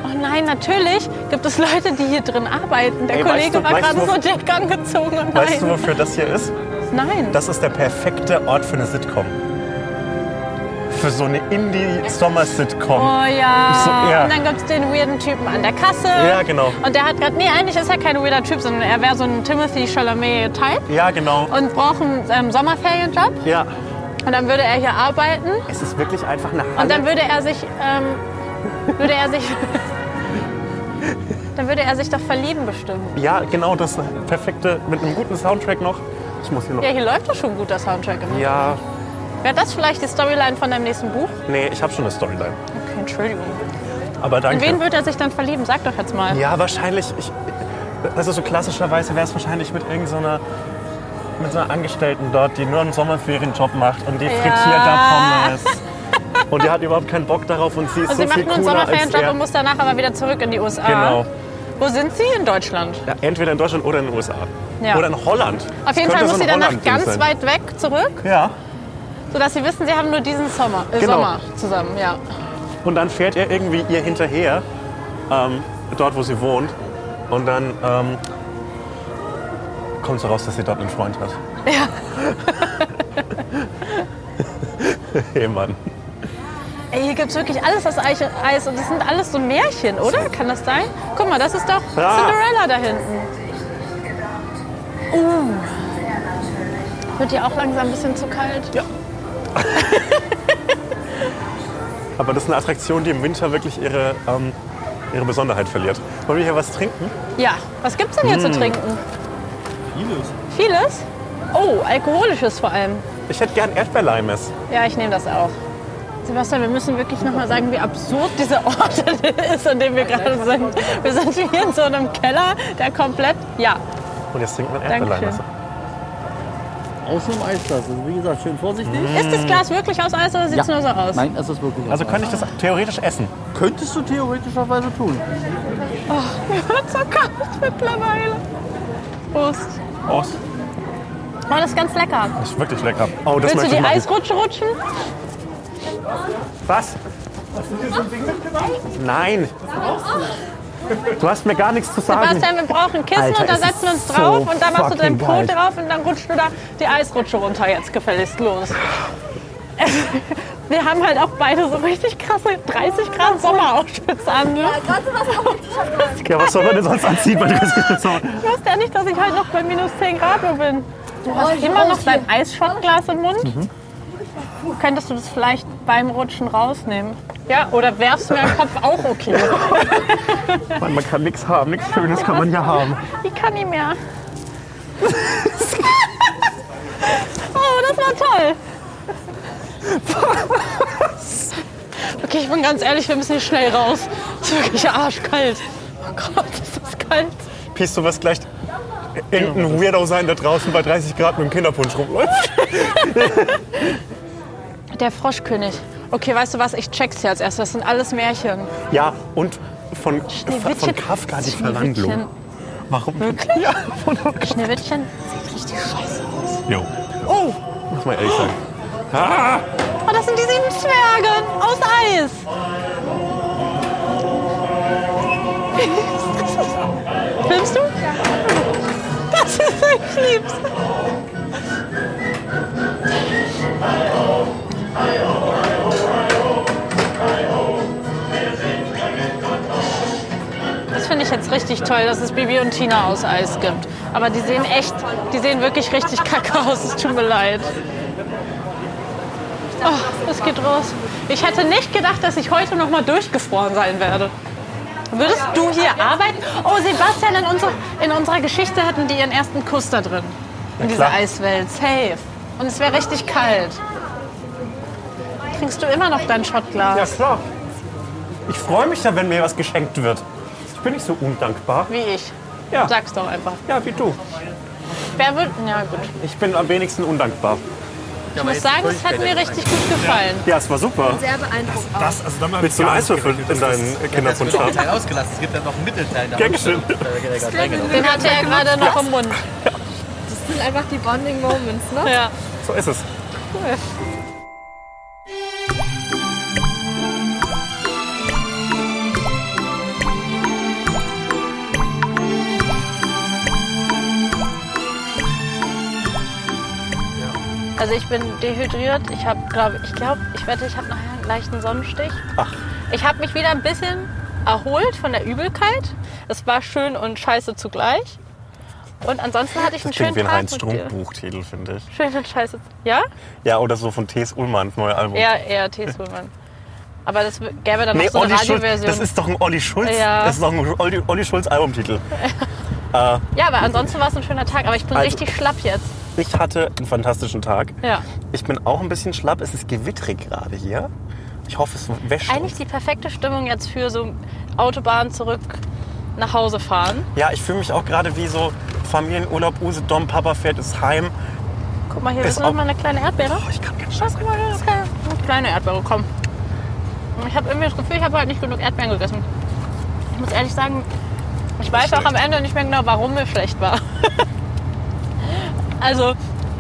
Oh nein, natürlich gibt es Leute, die hier drin arbeiten. Der Ey, weißt Kollege du- war weißt gerade du- so dick angezogen. Oh nein, Weißt du, wofür das hier ist? nein. Das ist der perfekte Ort für eine Sitcom. Für so eine Indie-Sommer-Sitcom. Oh ja. So, ja. Und dann gibt es den weirden Typen an der Kasse. Ja, genau. Und der hat gerade, nee, eigentlich ist er kein weirder Typ, sondern er wäre so ein Timothy Chalamet-Type Ja, genau. und braucht einen ähm, Sommerferienjob. Ja. Und dann würde er hier arbeiten Es ist wirklich einfach eine Halle. Und dann würde er sich, ähm, würde er sich, dann würde er sich doch verlieben bestimmt. ja, genau, das perfekte, mit einem guten Soundtrack noch. Ich muss hier noch. Ja, hier läuft doch schon gut der Soundtrack immer. Ja, Wäre das vielleicht die Storyline von deinem nächsten Buch? nee, ich habe schon eine Storyline. Okay, Entschuldigung. Aber In danke. wen wird er sich dann verlieben? Sag doch jetzt mal. Ja, wahrscheinlich. Ich, also so klassischerweise wäre es wahrscheinlich mit irgendeiner mit so einer Angestellten dort, die nur einen Sommerferienjob macht und die frittiert da Pommes. Und die hat überhaupt keinen Bock darauf und sie ist Und Also so sie macht viel nur einen cooler als Sommerferienjob er. und muss danach aber wieder zurück in die USA. Genau. Wo sind sie in Deutschland? Ja, entweder in Deutschland oder in den USA. Ja. Oder in Holland. Auf jeden Könnte Fall so muss sie ein danach Holland-Ding ganz sein. weit weg zurück, Ja. sodass sie wissen, sie haben nur diesen Sommer, äh, Genau. Sommer zusammen. Ja. Und dann fährt er irgendwie ihr hinterher, ähm, dort wo sie wohnt. Und dann ähm, kommt so raus, dass sie dort einen Freund hat. Ja. [laughs] hey Mann. Ey, hier gibt es wirklich alles aus Eich- Eis und das sind alles so Märchen, oder? Kann das sein? Guck mal, das ist doch Ja. Cinderella da hinten. Uh. Wird dir auch langsam ein bisschen zu kalt? Ja. Aber das ist eine Attraktion, die im Winter wirklich ihre, ähm, ihre Besonderheit verliert. Wollen wir hier was trinken? Was gibt's denn hier zu trinken? Mm. Vieles. Vieles? Oh, alkoholisches vor allem. Ich hätte gern Erdbeerlimes. Ja, ich nehme das auch. Sebastian, wir müssen wirklich nochmal sagen, wie absurd dieser Ort [laughs] ist, an dem wir gerade sind. Wir sind hier in so einem Keller, der komplett, ja, Und jetzt trinken wir ein Dankeschön. Erdbeerlimes. Aus dem Eisglas. Also wie gesagt, schön vorsichtig. Ist das Glas wirklich aus Eis oder sieht es nur so aus? Nein, es ist wirklich Also aus könnte Eis. ich das theoretisch essen. Könntest du theoretischerweise tun. Mir wird so kalt mittlerweile. Prost. Oh, Oh, das ist ganz lecker. das ist wirklich lecker. Oh, das Willst du möchte die ich machen. Eisrutsche rutschen? Was? Nein. Du hast mir gar nichts zu sagen. Sebastian, wir brauchen ein Kissen Alter, und da es ist setzen wir uns so drauf und da machst du deinen Po fucking geil. drauf und dann rutschst du da die Eisrutsche runter jetzt gefälligst [laughs] los. Wir haben halt auch beide so richtig krasse 30 Grad Sommeroutfits an. Ne? Ja, was soll man denn sonst anziehen? bei der Saison? Ich wusste ja nicht, dass ich heute noch bei minus 10 Grad nur bin. Du hast immer noch dein Eisschottglas im Mund. Könntest du das vielleicht beim Rutschen rausnehmen? Ja, oder werfst mir den Kopf auch okay. man, man kann nichts haben. Nichts Schönes kann man ja haben. Ich kann nicht mehr. [laughs] oh, das war toll. okay, ich bin ganz ehrlich, wir müssen hier schnell raus. Es ist wirklich arschkalt. Oh Gott, ist das kalt. Pies, du wirst gleich irgendein Weirdo sein, der draußen bei 30 Grad mit dem Kinderpunsch rumläuft. Der Froschkönig. Okay, weißt du was? Ich check's hier als erstes. Das sind alles Märchen. Ja, und von, Schneewittchen. von Kafka die Verwandlung. Schneewittchen. Warum? Wirklich? Ja, von Schneewittchen sieht richtig scheiße aus. Jo. Oh! Muss man ehrlich sagen. Oh Oh, das sind die sieben Zwerge aus Eis. [laughs] Filmst du? Das ist echt liebst. Das finde ich jetzt richtig toll, dass es Bibi und Tina aus Eis gibt. Aber die sehen echt, die sehen wirklich richtig kacke aus. Es tut mir leid. Oh, es geht los. Ich hätte nicht gedacht, dass ich heute noch mal durchgefroren sein werde. Würdest du hier arbeiten? Oh, Sebastian, in, unser, in unserer Geschichte hatten die ihren ersten Kuss da drin. In dieser Eiswelt. Safe. Und es wäre richtig kalt. Trinkst du immer noch dein Ja, Schottglas? klar. Ich freue mich ja, wenn mir was geschenkt wird. Ich bin nicht so undankbar. Wie ich. Ja. Sag's doch einfach. Ja, wie du. Wer wird. Ja, gut. Ich bin am wenigsten undankbar. Ich muss sagen, es hat mir richtig gut gefallen. Ja, es war super. Sehr beeindruckend auch. Das, also damit hab Willst du ich einen gar nicht Eiswürfel gerechnet, in dass deinen das- Genau, Kinderpunsch haben? Teil ausgelassen. Es gibt dann noch einen Mittelteil. Da haben Dankeschön. wir gerade reingenommen. Den hatte er gerade noch im Mund. Das sind einfach die Bonding Moments, ne? Ja. So ist es. Also ich bin dehydriert. Ich habe, glaube ich, glaube, ich wette, ich habe nachher einen leichten Sonnenstich. Ich habe mich wieder ein bisschen erholt von der Übelkeit. Es war schön und scheiße zugleich. Und ansonsten hatte ich einen Das schönen klingt wie ein Tag Heinz mit dir. Strunk Buchtitel, finde ich. Schön und scheiße. Ja? Ja, oder so von T.S. Ullmanns neues Album. Ja, eher Tees Ullmann. Aber das gäbe dann Nee, noch so eine Olli Schulz. Radioversion. Das ist doch ein Olli Schulz. Ja. Das ist doch ein Olli, Olli Schulz Albumtitel. ja, aber ansonsten war es ein schöner Tag. Aber ich bin Also- richtig schlapp jetzt. Ich hatte einen fantastischen Tag. Ja. Ich bin auch ein bisschen schlapp. Es ist gewitterig gerade hier. Ich hoffe, es wäscht. Eigentlich uns. die perfekte Stimmung jetzt für so Autobahn zurück nach Hause fahren. Ja, ich fühle mich auch gerade wie so Familienurlaub. Usedom, Papa fährt ist heim. Guck mal, hier Ist ist noch auch- mal eine kleine Erdbeere. Oh, ich kann ganz Schau, scheiße. guck mal, hier ist keine- eine Oh, kleine Erdbeere, komm. Ich habe irgendwie das Gefühl, ich habe heute nicht genug Erdbeeren gegessen. Ich muss ehrlich sagen, ich weiß auch am Ende nicht mehr genau, warum mir schlecht war. [laughs] also,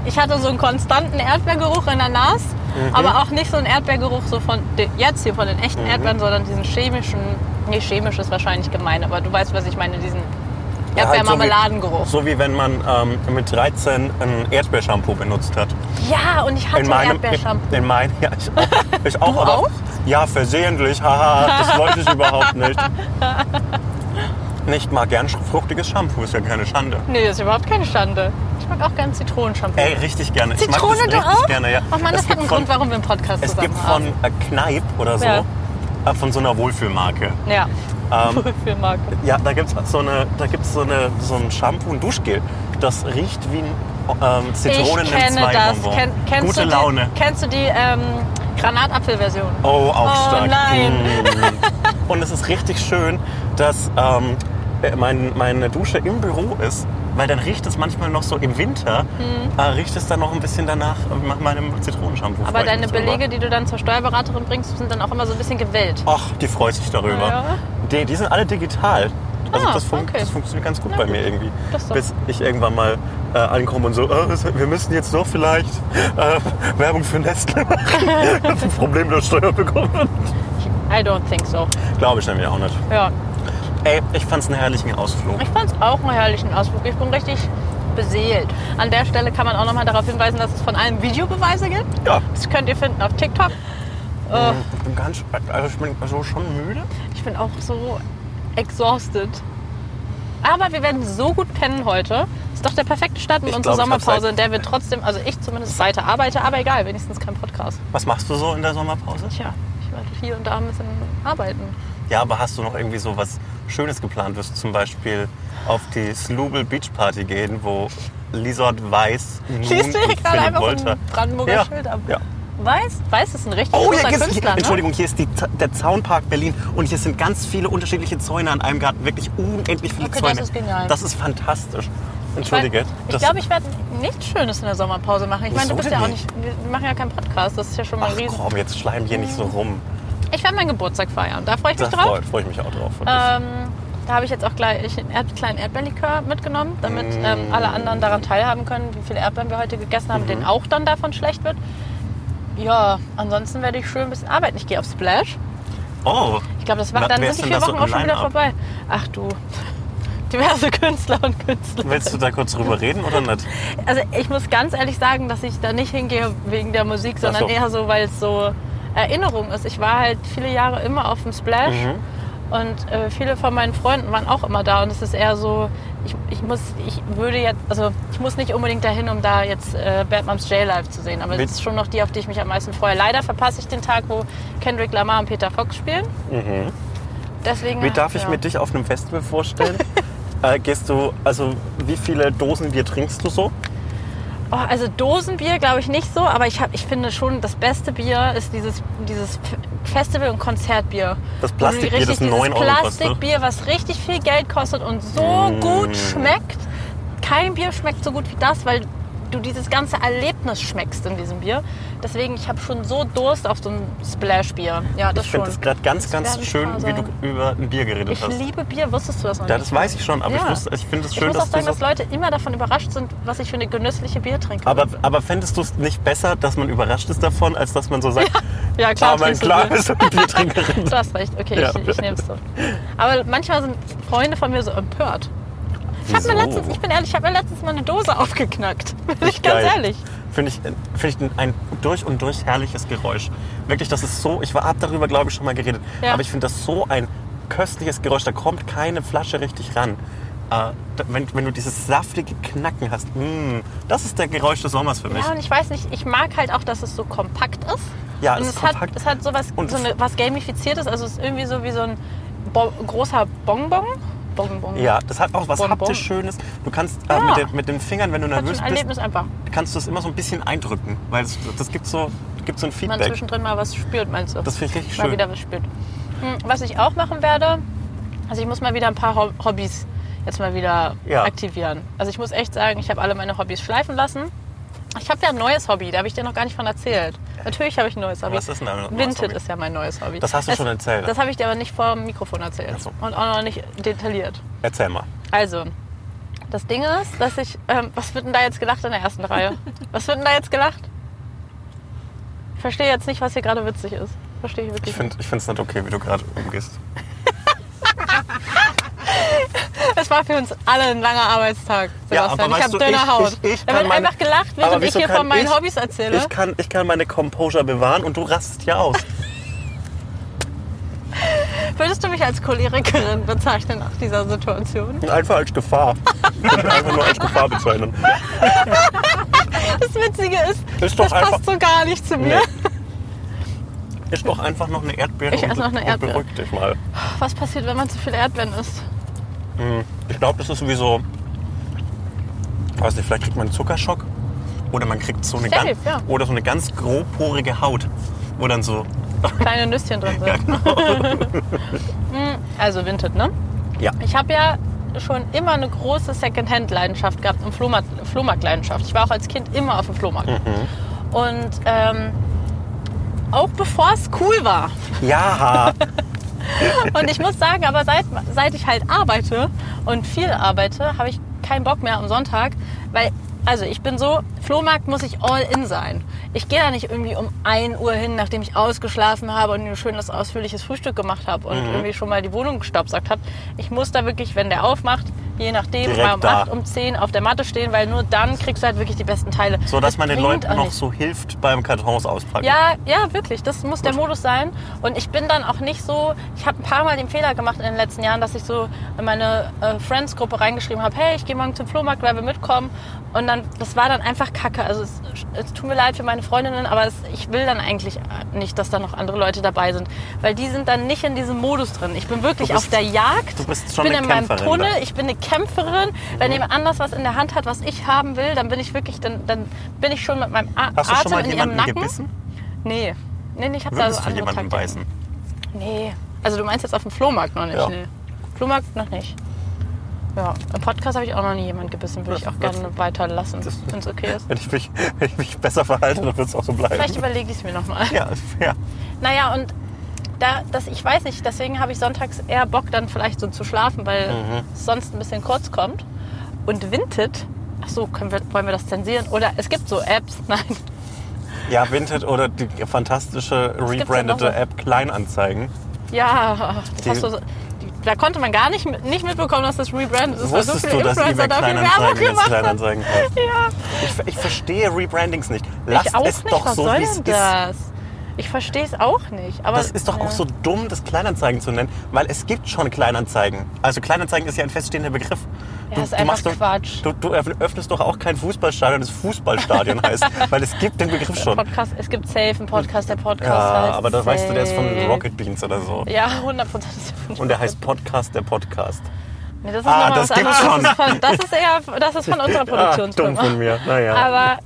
ich hatte so einen konstanten Erdbeergeruch in der Nase, Mhm. aber auch nicht so einen Erdbeergeruch so von den, jetzt hier von den echten Erdbeeren, sondern diesen chemischen, nee, chemisch ist wahrscheinlich gemein, aber du weißt, was ich meine, diesen Ja, halt so wie- Erdbeermarmeladengeruch. So wie wenn man ähm, mit 13 ein Erdbeershampoo benutzt hat. Ja, und ich hatte Erdbeershampoo. In meinem, [laughs] ja, ich auch. Ich auch, Du aber, auch? Ja, versehentlich, haha, das wollte ich überhaupt [laughs] nicht. Nicht mal gern fruchtiges Shampoo, ist ja keine Schande. Nee, das ist überhaupt keine Schande. Ich mag auch gern Zitronenshampoo. Ey, richtig gerne. Zitrone, ich mag das du richtig auch? gerne, ja. Oh Mann, das hat Es gibt einen von- Grund, warum wir einen Podcast Es zusammen gibt von haben. äh, Kneipp oder so, Ja. äh, von so einer Wohlfühlmarke. Ja, Ähm, [laughs] für Marco. ja, da gibt es so, eine, da gibt's so, eine, so ein Shampoo und Duschgel. Das riecht wie ein ähm, Zitronen Ich kenne zwei das. Bonbon. Ken, kennst Gute du Laune. Die, kennst du die ähm, Granatapfel-Version? Oh, auch Oh, stark. nein. Mm. [laughs] Und es ist richtig schön, dass ähm, äh, mein, meine Dusche im Büro ist, weil dann riecht es manchmal noch so im Winter, äh, riecht es dann noch ein bisschen danach äh, nach meinem Zitronenshampoo. Freu Hm. Aber ich deine mich drüber. Belege, die du dann zur Steuerberaterin bringst, sind dann auch immer so ein bisschen gewellt. Ach, die freut sich darüber. Ja. Die, die sind alle digital. Also Ah, das, fun okay. das funktioniert ganz gut Na bei gut. mir irgendwie. Das doch. Bis ich irgendwann mal äh, ankomme und so, äh, wir müssen jetzt doch vielleicht äh, Werbung für [laughs] Nestle machen. Ich hab ein Problem mit der Steuer bekommen. I don't think so. Glaube ich nämlich auch nicht. Ja, Ey, ich fand's einen herrlichen Ausflug. ich fand es auch einen herrlichen Ausflug. Ich bin richtig beseelt. An der Stelle kann man auch nochmal darauf hinweisen, dass es von allem Videobeweise gibt. Ja. Das könnt ihr finden auf TikTok. Ich bin ganz, also ich bin so schon müde. Ich bin auch so exhausted. Aber wir werden so gut pennen heute. Ist doch der perfekte Start in Ich unsere glaub, ich halt hab Sommerpause, seit- in der wir trotzdem, also ich zumindest weiter arbeite, aber egal, wenigstens kein Podcast. Was machst du so in der Sommerpause? Tja, ich werde hier und da ein bisschen arbeiten. Ja, aber hast du noch irgendwie so was Schönes geplant? Wirst du zum Beispiel auf die Slubel Beach Party gehen, wo Lisort Weiß nun Schließt du hier Mhm. und gerade Philipp einfach Wolter... ein Brandenburger Ja, Schild ab? ja. Weiß? Weiß ist ein richtig Oh, großer hier ist, Künstler, hier, ne? Entschuldigung, hier ist die, Z- der Zaunpark Berlin und hier sind ganz viele unterschiedliche Zäune an einem Garten. Wirklich unendlich viele Okay, das Zäune. ist genial. Das ist fantastisch. Ich mein, Entschuldige. Ich das- glaube, ich werde nichts Schönes in der Sommerpause machen. Ich meine, Wieso du bist denn ja auch nicht, nicht? wir machen ja keinen Podcast, das ist ja schon mal Ach ein riesen... komm, jetzt schleim hier nicht so rum. Ich werde meinen Geburtstag feiern, da freue ich mich Da drauf. freue freu ich mich auch drauf. wirklich. Ähm, da habe ich jetzt auch gleich einen Erd kleinen Erdbeerlikör mitgenommen, damit ähm, alle anderen daran teilhaben können, wie viele Erdbeeren wir heute gegessen haben, denen auch dann davon schlecht wird. Ja, ansonsten werde ich schön ein bisschen arbeiten. Ich gehe auf Splash. Oh. Ich glaube, das war, dann sind die vier Wochen auch schon wieder vorbei. Ach du, [laughs] diverse Künstler und Künstler. Willst du da kurz drüber reden oder nicht? Also ich muss ganz ehrlich sagen, dass ich da nicht hingehe wegen der Musik, sondern Ach so. eher so, weil es so Erinnerung ist. Ich war halt viele Jahre immer auf dem Splash Mhm. und äh, viele von meinen Freunden waren auch immer da und es ist eher so, ich, ich muss, ich würde jetzt, also ich muss nicht unbedingt dahin, um da jetzt äh, Bad Moms J Live zu sehen, aber Mit- es ist schon noch die, auf die ich mich am meisten freue. Leider verpasse ich den Tag, wo Kendrick Lamar und Peter Fox spielen. Mhm. Deswegen, Wie darf ich ja. mir dich auf einem [laughs] Festival vorstellen? äh, gehst du, also wie viele Dosen Bier trinkst du so? Oh, also Dosenbier glaube ich nicht so, aber ich, hab, ich finde schon, das beste Bier ist dieses, dieses F- Festival- und Konzertbier. Das Wo du Plastikbier, richtig das 9 dieses Euro kostet, ne? Plastikbier, was richtig viel Geld kostet und so Mm. gut schmeckt. Kein Bier schmeckt so gut wie das, weil du dieses ganze Erlebnis schmeckst in diesem Bier. Deswegen, ich habe schon so Durst auf so ein Splash-Bier. Ja, das ich schon. finde es gerade ganz, ganz werden schön, paar wie du sein. über ein Bier geredet ich hast. liebe Bier, wusstest du das noch Ja, nicht? das weiß ich schon, aber ich, Ja. wusste, ich finde es Ich schön, muss auch dass sagen, du dass so... Leute immer davon überrascht sind, was ich für eine genüssliche Bier trinke. Aber, aber fändest du es nicht besser, dass man überrascht ist davon, als dass man so sagt, [laughs] Ja, klar, ah, mein trinkst du klar Bier. [laughs] bist du eine Biertrinkerin. Du hast recht, okay, Ja. ich, ich nehme es so. Aber manchmal sind Freunde von mir so empört. Ich, hab mir Wieso? letztens, ich bin ehrlich, ich habe mir letztens mal eine Dose [laughs] aufgeknackt. Bin ich ganz Geil. ehrlich. Finde ich, finde ich ein durch und durch herrliches Geräusch. Wirklich, das ist so, ich habe darüber, glaube ich, schon mal geredet, Ja. aber ich finde das so ein köstliches Geräusch. Da kommt keine Flasche richtig ran. Äh, da- wenn, wenn du dieses saftige Knacken hast, mm, das ist der Geräusch des Sommers für mich. Ja, und ich weiß nicht, ich mag halt auch, dass es so kompakt ist. Ja, und es es, ist hat, kompakt. es hat so was, Und so es- eine, was gamifiziertes, also es ist irgendwie so wie so ein bo großer Bonbon. Bonbon. Ja, das hat auch was Bonbon. haptisch Schönes. Du kannst äh, Ja. mit, den, mit den Fingern, wenn du Hat nervös schon ein bist, Erlebnis einfach. kannst du es immer so ein bisschen eindrücken, weil es, das gibt so, gibt so ein Man Feedback. zwischendrin mal was spürt, meinst du? Das finde ich richtig mal schön. wieder was spielt. Hm, Was ich auch machen werde, also ich muss mal wieder ein paar Hob- Hobbys jetzt mal wieder Ja. aktivieren. Also ich muss echt sagen, ich habe alle meine Hobbys schleifen lassen. Ich habe ja ein neues Hobby, da habe ich dir noch gar nicht von erzählt. Natürlich habe ich ein neues Hobby. Was ist denn ein neues Vinted Hobby? ist ja mein neues Hobby. Das hast du schon erzählt. Das habe ich dir aber nicht vor dem Mikrofon erzählt. so. Und auch noch nicht detailliert. Erzähl mal. Also, das Ding ist, dass ich. Ähm, was wird denn da jetzt gelacht in der ersten [laughs] Reihe? Was wird denn da jetzt gelacht? Ich verstehe jetzt nicht, was hier gerade witzig ist. Verstehe ich wirklich Ich finde es nicht okay, wie du gerade umgehst. nicht. Es war für uns alle ein langer Arbeitstag, Ja, Sebastian. aber ich weißt habe du, dünne ich- Haut. ich- ich da kann wird meine- einfach gelacht, Aber während ich wieso hier kann von meinen ich- Hobbys erzähle. Ich kann, ich kann meine Composure bewahren und du rastest hier aus. [laughs] Würdest du mich als Cholerikerin bezeichnen nach dieser Situation? Einfach als Gefahr. [laughs] Ich würde einfach nur als Gefahr bezeichnen. Das Witzige ist, Ist doch das einfach- passt so gar nicht zu [laughs] mir. Ist doch einfach noch eine Erdbeere Ich esse und, noch eine Erdbeere. und beruhig dich mal. Was passiert, wenn man zu viel Erdbeeren isst? Hm, Ich glaube, das ist sowieso. Weiß nicht, vielleicht kriegt man einen Zuckerschock. Oder man kriegt so eine, Safe, ganz, ja. oder so eine ganz grobporige Haut. Wo dann so. Kleine Nüsschen drin sind. [laughs] Hm, also Vinted, ne? Ja. Ich habe ja schon immer eine große Secondhand-Leidenschaft gehabt und Flohmarkt- Flohmarkt-Leidenschaft. Ich war auch als Kind immer auf dem Flohmarkt. Und ähm, auch bevor es cool war. [laughs] Ja, Und ich muss sagen, aber seit, seit ich halt arbeite und viel arbeite, habe ich keinen Bock mehr am Sonntag, weil, also ich bin so, Flohmarkt muss ich all in sein. Ich gehe da nicht irgendwie um 1 Uhr hin, nachdem ich ausgeschlafen habe und ein schönes, ausführliches Frühstück gemacht habe und Mhm. irgendwie schon mal die Wohnung gestaubsaugt habe. Ich muss da wirklich, wenn der aufmacht, je nachdem, Direkt mal um da. 8, um 10 auf der Matte stehen, weil nur dann kriegst du halt wirklich die besten Teile. so dass Das man den bringt Leuten auch noch nichts. so hilft beim Kartons auspacken. Ja, ja, wirklich. Das muss der Modus sein. Und ich bin dann auch nicht so. Ich habe ein paar Mal den Fehler gemacht in den letzten Jahren, dass ich so in meine äh, Friends-Gruppe reingeschrieben habe: Hey, ich gehe morgen zum Flohmarkt, wer will mitkommen? Und dann, das war dann einfach Kacke. Also es, es tut mir leid für meine Freundinnen, aber es, ich will dann eigentlich nicht, dass da noch andere Leute dabei sind, weil die sind dann nicht in diesem Modus drin. Ich bin wirklich Du bist- auf der Jagd. du bist schon ich bin eine in meinem Kämpferin Mhm. da. Tunnel. Ich bin eine Kämpferin. Wenn jemand anders was in der Hand hat, was ich haben will, dann bin ich wirklich, dann, dann bin ich schon mit meinem A Hast du Atem schon mal in ihrem jemanden Nacken. gebissen? Nee. Nee, nee, ich habe da so Würdest du andere jemanden Taktiken. beißen? Nee. Also du meinst jetzt auf dem Flohmarkt noch nicht, Ja. nee. Flohmarkt noch nicht. Ja, im Podcast habe ich auch noch nie jemanden gebissen. Würde ich auch Das- gerne weiterlassen, wenn es okay ist. Wenn ich mich, [laughs] wenn ich mich besser verhalte, dann wird es auch so bleiben. [laughs] Vielleicht überlege ich es mir nochmal. [laughs] Ja, ja. Naja, und da, das, ich weiß nicht, deswegen habe ich sonntags eher Bock, dann vielleicht so zu schlafen, weil Mhm. es sonst ein bisschen kurz kommt. Und Vinted, ach so, können wir, wollen wir das zensieren? Oder es gibt so Apps, [laughs] nein. Ja, Vinted oder die fantastische gibt's denn noch rebrandete so? App Kleinanzeigen. Ja, das Die- hast du, so- die- da konnte man gar nicht, mit- nicht mitbekommen, dass das rebrandet ist, weil so Wusstest viele du, dass eBay Influencer da viel Werbung Kleinanzeigen jetzt gemacht haben. Kleinanzeigen heißt? [laughs] Ja, Ich, ich verstehe Rebrandings nicht. Lasst ich auch es nicht. doch Was so, soll wie es denn ist. das? Ich verstehe es auch nicht. Aber Das ist doch ja. auch so dumm, das Kleinanzeigen zu nennen, weil es gibt schon Kleinanzeigen. Also Kleinanzeigen ist ja ein feststehender Begriff. Ja, ist einfach machst doch- Quatsch. Du, du öffnest doch auch kein Fußballstadion, das Fußballstadion [laughs] heißt, weil es gibt den Begriff schon. Podcast, es gibt safe einen Podcast, der Podcast Ja, heißt. aber da weißt du, der ist von safe. Rocket Beans oder so. Ja, 100 Prozent ist der von Und der heißt Podcast, der Podcast. Nee, das ist Ah, nochmal das was gibt's anderes. Das ist, schon. Ah, von, [laughs] das ist eher das ist von unserer Produktionsfirma. dumm von mir. Naja. Aber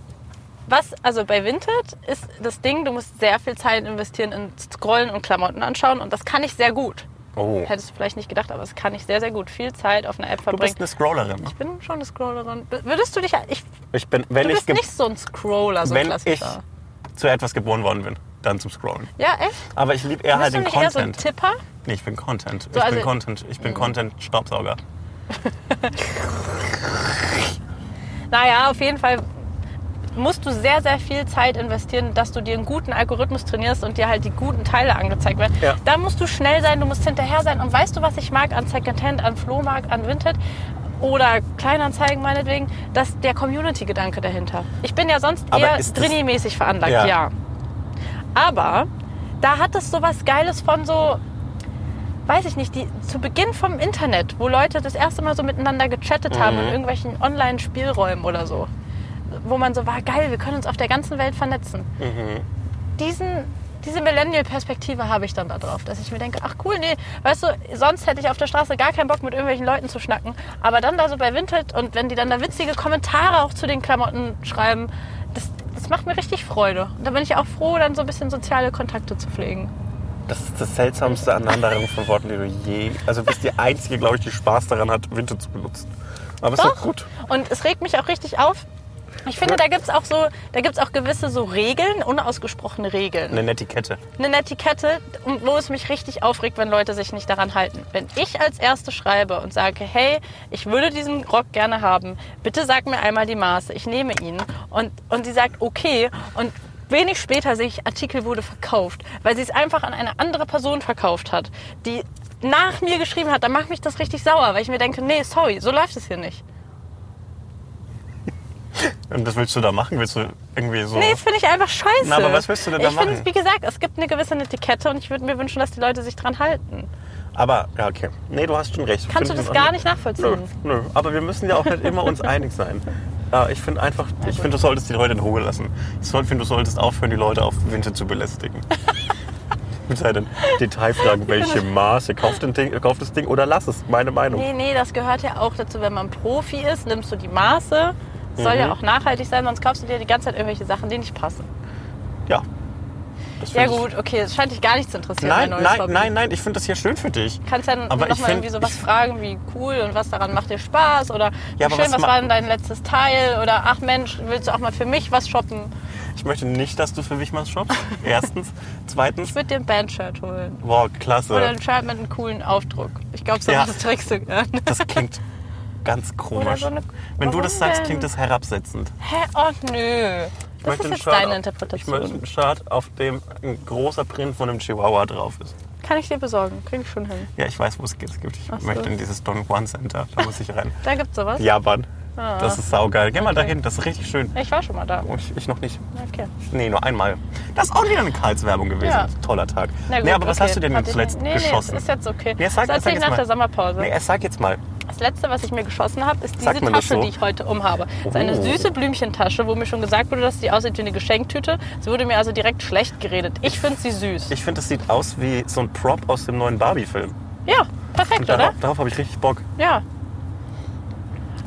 was, also bei Vinted ist das Ding, du musst sehr viel Zeit investieren in Scrollen und Klamotten anschauen und das kann ich sehr gut. Oh. Hättest du vielleicht nicht gedacht, aber das kann ich sehr, sehr gut. Viel Zeit auf einer App Du verbringen. bist ne- eine Scrollerin. ich bin schon eine Scrollerin. B- Würdest du dich. Ich, Ich bin, wenn du ich, bist ge- nicht so ein Scroller, so ein wenn ich klassischer. zu etwas geboren worden bin, dann zum Scrollen. ja, echt? Aber ich liebe eher halt bist du den nicht eher so ein Content. Tipper? nee, ich bin Content. ich also- bin Content. Ich bin Content-Staubsauger. Naja, auf jeden Fall musst du sehr, sehr viel Zeit investieren, dass du dir einen guten Algorithmus trainierst und dir halt die guten Teile angezeigt werden. Ja. Da musst du schnell sein, du musst hinterher sein. Und weißt du, was ich mag an Secondhand, an Flohmarkt, an Vinted oder Kleinanzeigen meinetwegen? Dass der Community-Gedanke dahinter. Ich bin ja sonst Aber eher ist das- Drini-mäßig veranlagt, Ja. ja. Aber da hat es sowas Geiles von so... Weiß ich nicht, die, zu Beginn vom Internet, wo Leute das erste Mal so miteinander gechattet haben in irgendwelchen Online-Spielräumen oder so wo man so war, geil, wir können uns auf der ganzen Welt vernetzen. Diesen, diese Millennial-Perspektive habe ich dann da drauf, dass ich mir denke, ach cool, nee, weißt du, sonst hätte ich auf der Straße gar keinen Bock, mit irgendwelchen Leuten zu schnacken. Aber dann da so bei Vinted und wenn die dann da witzige Kommentare auch zu den Klamotten schreiben, das, das macht mir richtig Freude. Und da bin ich auch froh, dann so ein bisschen soziale Kontakte zu pflegen. Das ist das seltsamste Aneinanderung von Worten, die du je. Also du bist die Einzige, glaube ich, die Spaß daran hat, Winter zu benutzen. Aber ist doch Doch. gut. Und es regt mich auch richtig auf. Ich finde, da gibt es auch so, da gibt's auch gewisse so Regeln, unausgesprochene Regeln. Eine Netiquette. eine Netiquette, und wo es mich richtig aufregt, wenn Leute sich nicht daran halten. Wenn ich als Erste schreibe und sage, hey, ich würde diesen Rock gerne haben, bitte sag mir einmal die Maße, ich nehme ihn. Und, und sie sagt, okay. Und wenig später sehe ich, Artikel wurde verkauft, weil sie es einfach an eine andere Person verkauft hat, die nach mir geschrieben hat, dann macht mich das richtig sauer, weil ich mir denke, nee, sorry, so läuft es hier nicht. Und was willst du da machen? Willst du irgendwie so. Nee, das finde ich einfach scheiße. Oh. Na, aber was willst du denn da ich finde machen? es, Wie gesagt, es gibt eine gewisse Netiquette und ich würde mir wünschen, dass die Leute sich dran halten. Aber, ja, okay. Nee, du hast schon recht. Kannst Find du ich das auch gar nicht nachvollziehen? Nö, nö. Aber wir müssen ja auch nicht immer uns einig sein. Ja, ich finde einfach, ich finde, du solltest die Leute in Ruhe lassen. Ich soll- finde, du solltest aufhören, die Leute auf Winter [laughs] zu belästigen. Mit seinen Detailfragen, welche Maße, kauf, den Ding, kauf das Ding oder lass es, meine Meinung. Nee, nee, das gehört ja auch dazu, wenn man Profi ist, nimmst du die Maße. Das soll Mhm. ja auch nachhaltig sein, sonst kaufst du dir die ganze Zeit irgendwelche Sachen, die nicht passen. Ja. Das Ja find ich- gut, okay, es scheint dich gar nicht zu interessieren. mein Nein, neues nein, Hobby. nein, nein, ich finde das hier schön für dich. Kannst dann Aber ich nochmal find- irgendwie sowas ich- fragen wie cool und was daran macht dir Spaß oder Ja, wie aber schön, was was, ma- war denn dein letztes Teil oder ach Mensch, willst du auch mal für mich was shoppen? Ich möchte nicht, dass du für mich was [laughs] shoppst. Erstens. Zweitens. Ich würde dir ein Bandshirt holen. Boah, Oder klasse. ein Shirt mit einem coolen Aufdruck. Ich glaube, so Ja. was trägst du gern. Das klingt ganz Oder komisch. so eine- Wenn du Warum das sagst, denn? klingt das herabsetzend. [laughs] Hä? Oh nö. Ich Das möchte ist ein jetzt Shirt deine auf- Ich möchte Interpretation. ein Shirt, auf dem ein großer Print von einem Chihuahua drauf ist. Kann ich dir besorgen, krieg ich schon hin. Ja, ich weiß, wo es geht. Es gibt. Ich Ach so. möchte in dieses Don Juan Center. Da muss ich rein. [laughs] Da gibt's sowas? Japan. Ah. Das ist saugeil. Geh mal dahin, das ist richtig schön. Ich war schon mal da. Oh, Ich, ich noch nicht. Okay. Nee, nur einmal. Das ist auch wieder eine Karlswerbung gewesen. Ja. Toller Tag. Na gut, nee, aber was okay. hast du denn Hat ich zuletzt nicht- nee, geschossen? Nee, ist jetzt okay. Nee, sag- das sag erzähl ich jetzt nach mal. der Sommerpause. Nee, sag jetzt mal. das letzte, was ich mir geschossen habe, ist diese Sagt man das Tasche, so? die ich heute umhabe. Das ist eine Oh. süße Blümchentasche, wo mir schon gesagt wurde, dass sie aussieht wie eine Geschenktüte. Es wurde mir also direkt schlecht geredet. Ich finde sie süß. Ich finde, das sieht aus wie so ein Prop aus dem neuen Barbie-Film. ja, perfekt, Und oder? darauf, darauf habe ich richtig Bock. Ja. Was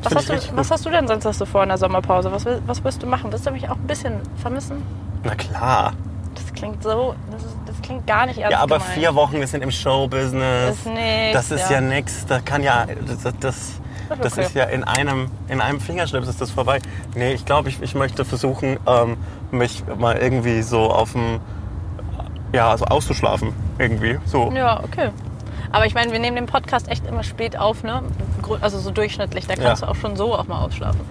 Find hast, ich richtig du, was hast du denn sonst hast du vor in der Sommerpause? Was, will- was wirst du machen? Wirst du mich auch ein bisschen vermissen? Na klar. Das klingt so, das, ist, das klingt gar nicht ernst Ja, aber gemeint. vier Wochen, wir sind im Showbusiness. Das ist nix, Das ist ja, ja. nix. Da kann ja. Das, das, Ist das okay. ist ja in einem, in einem Fingerschnips ist das vorbei. Nee, ich glaube, ich, ich möchte versuchen, ähm, mich mal irgendwie so auf dem. Ja, also auszuschlafen. Irgendwie. So. Ja, okay. Aber ich meine, wir nehmen den Podcast echt immer spät auf, ne? Gru- Also so durchschnittlich. Da kannst Ja. du auch schon so auch mal ausschlafen.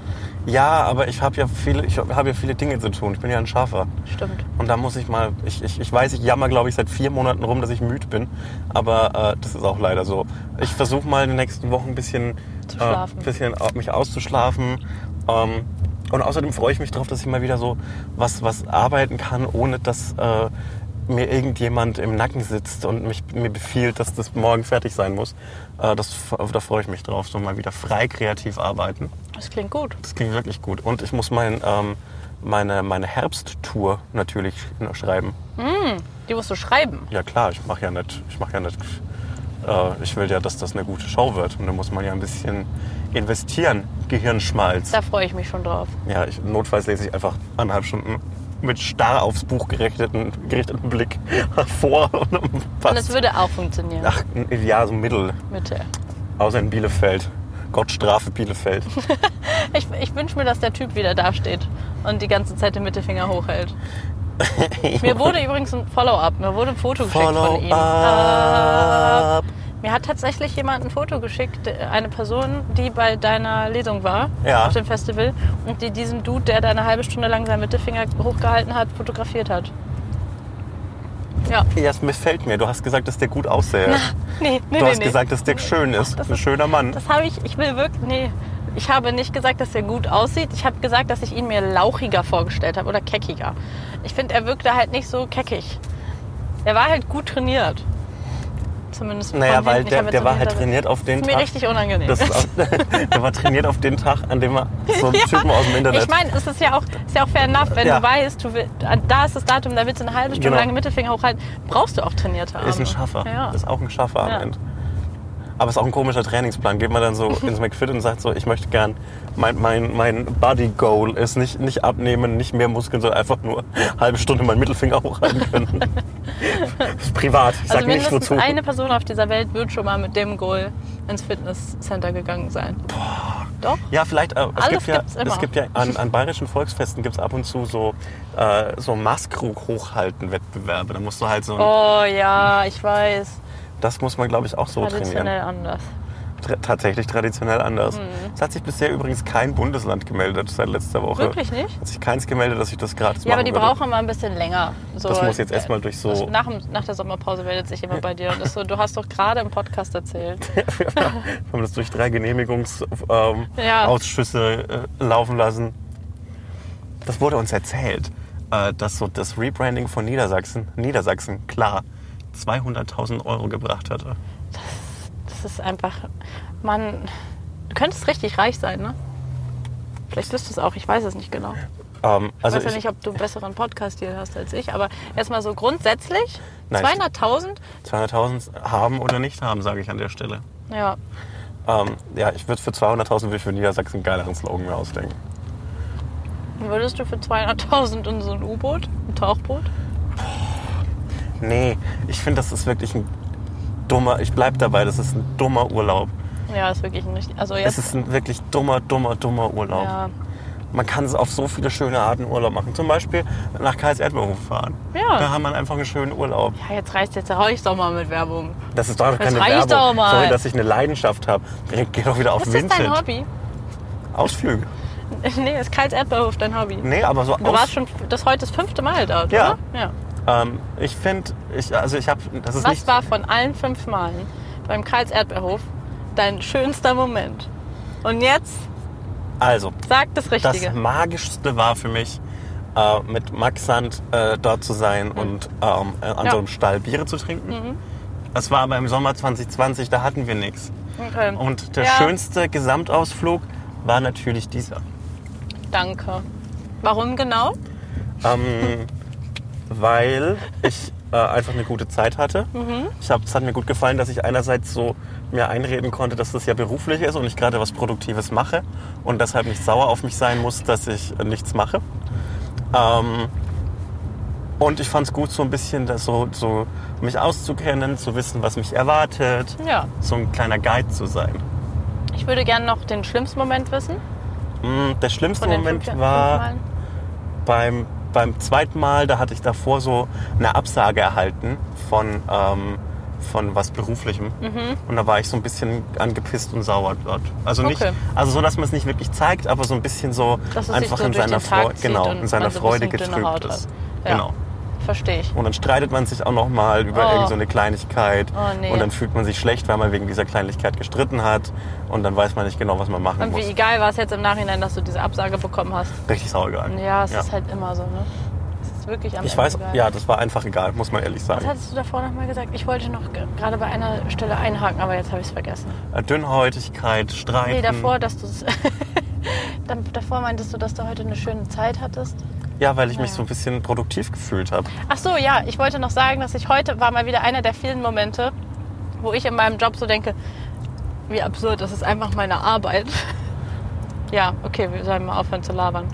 Ja, aber ich habe ja viele, ich habe ja viele Dinge zu tun. Ich bin ja ein Schafer. Stimmt. Und da muss ich mal, ich, ich, ich weiß, ich jammer, glaube ich, seit vier Monaten rum, dass ich müde bin. Aber äh, das ist auch leider so. Ich versuche mal in den nächsten Wochen ein bisschen, schlafen. Äh, bisschen au- mich auszuschlafen. Ähm, und außerdem freue ich mich darauf, dass ich mal wieder so was, was arbeiten kann, ohne dass äh, mir irgendjemand im Nacken sitzt und mich, mir befiehlt, dass das morgen fertig sein muss. Äh, das, f- da freue ich mich drauf, so mal wieder frei kreativ arbeiten. Das klingt gut. Das ging wirklich gut. Und ich muss mein, ähm, meine, meine Herbsttour natürlich noch schreiben. Mm, die musst du schreiben. Ja klar, ich mache ja nicht, ich mache ja nicht, äh, ich will ja, dass das eine gute Show wird. Und da muss man ja ein bisschen investieren, Gehirnschmalz. Da freue ich mich schon drauf. Ja, ich, notfalls lese ich einfach anderthalb Stunden mit starr aufs Buch gerichteten, gerichteten Blick [laughs] vor. Und dann Und das passt. würde auch funktionieren. Ach, ja, so mittel. Mitte. Außer in Bielefeld. Gott strafe Bielefeld. Ich, ich wünsche mir, dass der Typ wieder dasteht und die ganze Zeit den Mittelfinger [laughs] hochhält. Mir wurde übrigens ein Follow-up, mir wurde ein Foto geschickt von ihm. Ah. Follow-up. Mir hat tatsächlich jemand ein Foto geschickt, äh, eine Person, die bei deiner Lesung war Ja. auf dem Festival und die diesen Dude, der da eine halbe Stunde lang seinen Mittelfinger hochgehalten hat, fotografiert hat. Ja. Ja, es missfällt mir. Du hast gesagt, dass der gut aussähe. [laughs] Nee, nee, du nee, hast nee. gesagt, dass der schön ist. ein schöner Mann. Das habe ich, ich will wirklich, nee. Ich habe nicht gesagt, dass er gut aussieht. Ich habe gesagt, dass ich ihn mir lauchiger vorgestellt habe oder keckiger. Ich finde, er wirkte halt nicht so keckig. Er war halt gut trainiert. Zumindest von Naja, hinten. weil Ich der, habe jetzt der so war die halt Hinterseite. trainiert auf den Ist mir Tag. richtig unangenehm. Das [laughs] ist auch, der war trainiert auf den Tag, an dem er so einen Typen aus dem Internet. Ich meine, es ist ja auch, ist ja auch fair enough, wenn Ja. du weißt, du will, da ist das Datum, da willst du eine halbe Stunde Genau. lange Mittelfinger hochhalten, brauchst du auch trainierte Arme. ist ein Schaffer. Also Ja. Also Ist auch ein Schaffer am Ja. Ende. Aber ist auch ein komischer Trainingsplan. Geht man [laughs] dann so ins McFit und sagt so, ich möchte gern, mein, mein, mein Body Goal ist nicht, nicht abnehmen, nicht mehr Muskeln, sondern einfach nur eine halbe Stunde meinen Mittelfinger [laughs] hochhalten können. [laughs] ist privat. Ich also sag nicht nur mindestens zu. eine Person auf dieser Welt wird schon mal mit dem Goal ins Fitnesscenter gegangen sein. Doch? Ja, vielleicht. Äh, es, Alles gibt ja, gibt's immer. es gibt ja an, an bayerischen Volksfesten gibt es ab und zu so, äh, so Maßkrug hochhalten Wettbewerbe. Da musst du halt so. ein- Oh ja, ich weiß. Das muss man, glaube ich, auch so Traditionell trainieren. anders. Tra tatsächlich traditionell anders. Mhm. Es hat sich bisher übrigens kein Bundesland gemeldet seit letzter Woche. Wirklich nicht? Hat sich keins gemeldet, dass ich das gratis Ja, aber machen die würde. brauchen mal ein bisschen länger. So, das muss jetzt erstmal durch Also so. Nach, dem- nach der Sommerpause meldet sich jemand bei dir und ist so, du hast doch gerade im Podcast erzählt. Wir haben das durch drei Genehmigungsausschüsse ähm, Ja. Ausschüsse, äh, laufen lassen. Das wurde uns erzählt, äh, dass so das Rebranding von Niedersachsen, Niedersachsen, klar, 200.000 Euro gebracht hatte. Das ist einfach, man, du könntest richtig reich sein, ne? Vielleicht wirst du es auch, ich weiß es nicht genau. Ähm, Ich also weiß ja nicht, ob du einen besseren Podcast hier hast als ich, aber erstmal so grundsätzlich, Nein, 200.000, 200.000 haben oder nicht haben, sage ich an der Stelle. ja, Ähm, ja, ich würde für 200.000 würde ich für Niedersachsen einen geileren Slogan mir ausdenken. würdest du für 200.000 in so ein U-Boot, ein Tauchboot? Nee, ich finde, das ist wirklich ein dummer, ich bleib dabei, das ist ein dummer Urlaub. Ja, ist wirklich ein richtig, also Es jetzt, ist ein wirklich dummer, dummer, dummer Urlaub. ja, Man kann es auf so viele schöne Arten Urlaub machen. Zum Beispiel nach Karls-Erdbeerhof fahren. Ja. Da haben wir einfach einen schönen Urlaub. ja, jetzt reicht jetzt reicht doch mal mit Werbung. Das ist doch Das keine reicht Werbung. doch mal. Sorry, dass ich eine Leidenschaft habe. Geh doch wieder auf Was ist Vinted. dein Hobby? [laughs] Ausflüge. Nee, ist Karls Erdbeerhof dein Hobby. Nee, aber so Du Aus- warst schon, das heute das fünfte Mal dort, Ja. oder? Ja. Ähm, ich finde, ich, also ich habe, das ist Was nicht war von allen fünf Malen beim Karls Erdbeerhof dein schönster Moment? Und jetzt Also, sag das Richtige. das Magischste war für mich, äh, mit Max Sand äh, dort zu sein und ähm, äh, Mhm. Ja. an Mhm. so einem Stall Biere zu trinken. Das war aber im Sommer 2020, da hatten wir nichts. Okay. Und der Ja. schönste Gesamtausflug war natürlich dieser. Danke. Warum genau? Ähm, weil ich äh, einfach eine gute Zeit hatte. Mhm. Ich hab, es hat mir gut gefallen, dass ich einerseits so mir einreden konnte, dass das ja beruflich ist und ich gerade was Produktives mache und deshalb nicht sauer auf mich sein muss, dass ich äh, nichts mache. Ähm, und ich fand es gut, so ein bisschen das so, so mich auszukennen, zu wissen, was mich erwartet, Ja. so ein kleiner Guide zu sein. Ich würde gerne noch den schlimmsten Moment wissen. Mm, Der schlimmste Von den Moment fünf, war... fünf Malen. beim, beim zweiten Mal, da hatte ich davor so eine Absage erhalten von ähm, von was Beruflichem. Mhm. Und da war ich so ein bisschen angepisst und sauer dort. Also nicht, Okay. also so, dass man es nicht wirklich zeigt, aber so ein bisschen so Dass es sich einfach so in durch seiner, den Tag Freu zieht genau, und in seiner man so ein Freude bisschen dünne Haut getrübt hat. ist. Ja. Genau. Verstehe ich. Und dann streitet man sich auch nochmal über Oh. irgendeine so eine Kleinigkeit. Oh, nee. Und dann fühlt man sich schlecht, weil man wegen dieser Kleinigkeit gestritten hat. Und dann weiß man nicht genau, was man machen Und muss. wie egal war es jetzt im Nachhinein, dass du diese Absage bekommen hast. Richtig sauegal. Ja, es ist halt immer so, ne? Es ist wirklich am Ich Ende weiß, egal. ja, das war einfach egal, muss man ehrlich Was sagen. hattest du davor nochmal gesagt? Ich wollte noch ge- gerade bei einer Stelle einhaken, aber jetzt habe ich es vergessen. Dünnhäutigkeit, Streiten. Nee, davor, dass du [laughs] es. davor meintest du, dass du heute eine schöne Zeit hattest. Ja, weil ich mich Naja. so ein bisschen produktiv gefühlt habe. Ach so, ja, ich wollte noch sagen, dass ich heute war mal wieder einer der vielen Momente, wo ich in meinem Job so denke, wie absurd, das ist einfach meine Arbeit. [laughs] Ja, okay, wir sollen mal aufhören zu labern.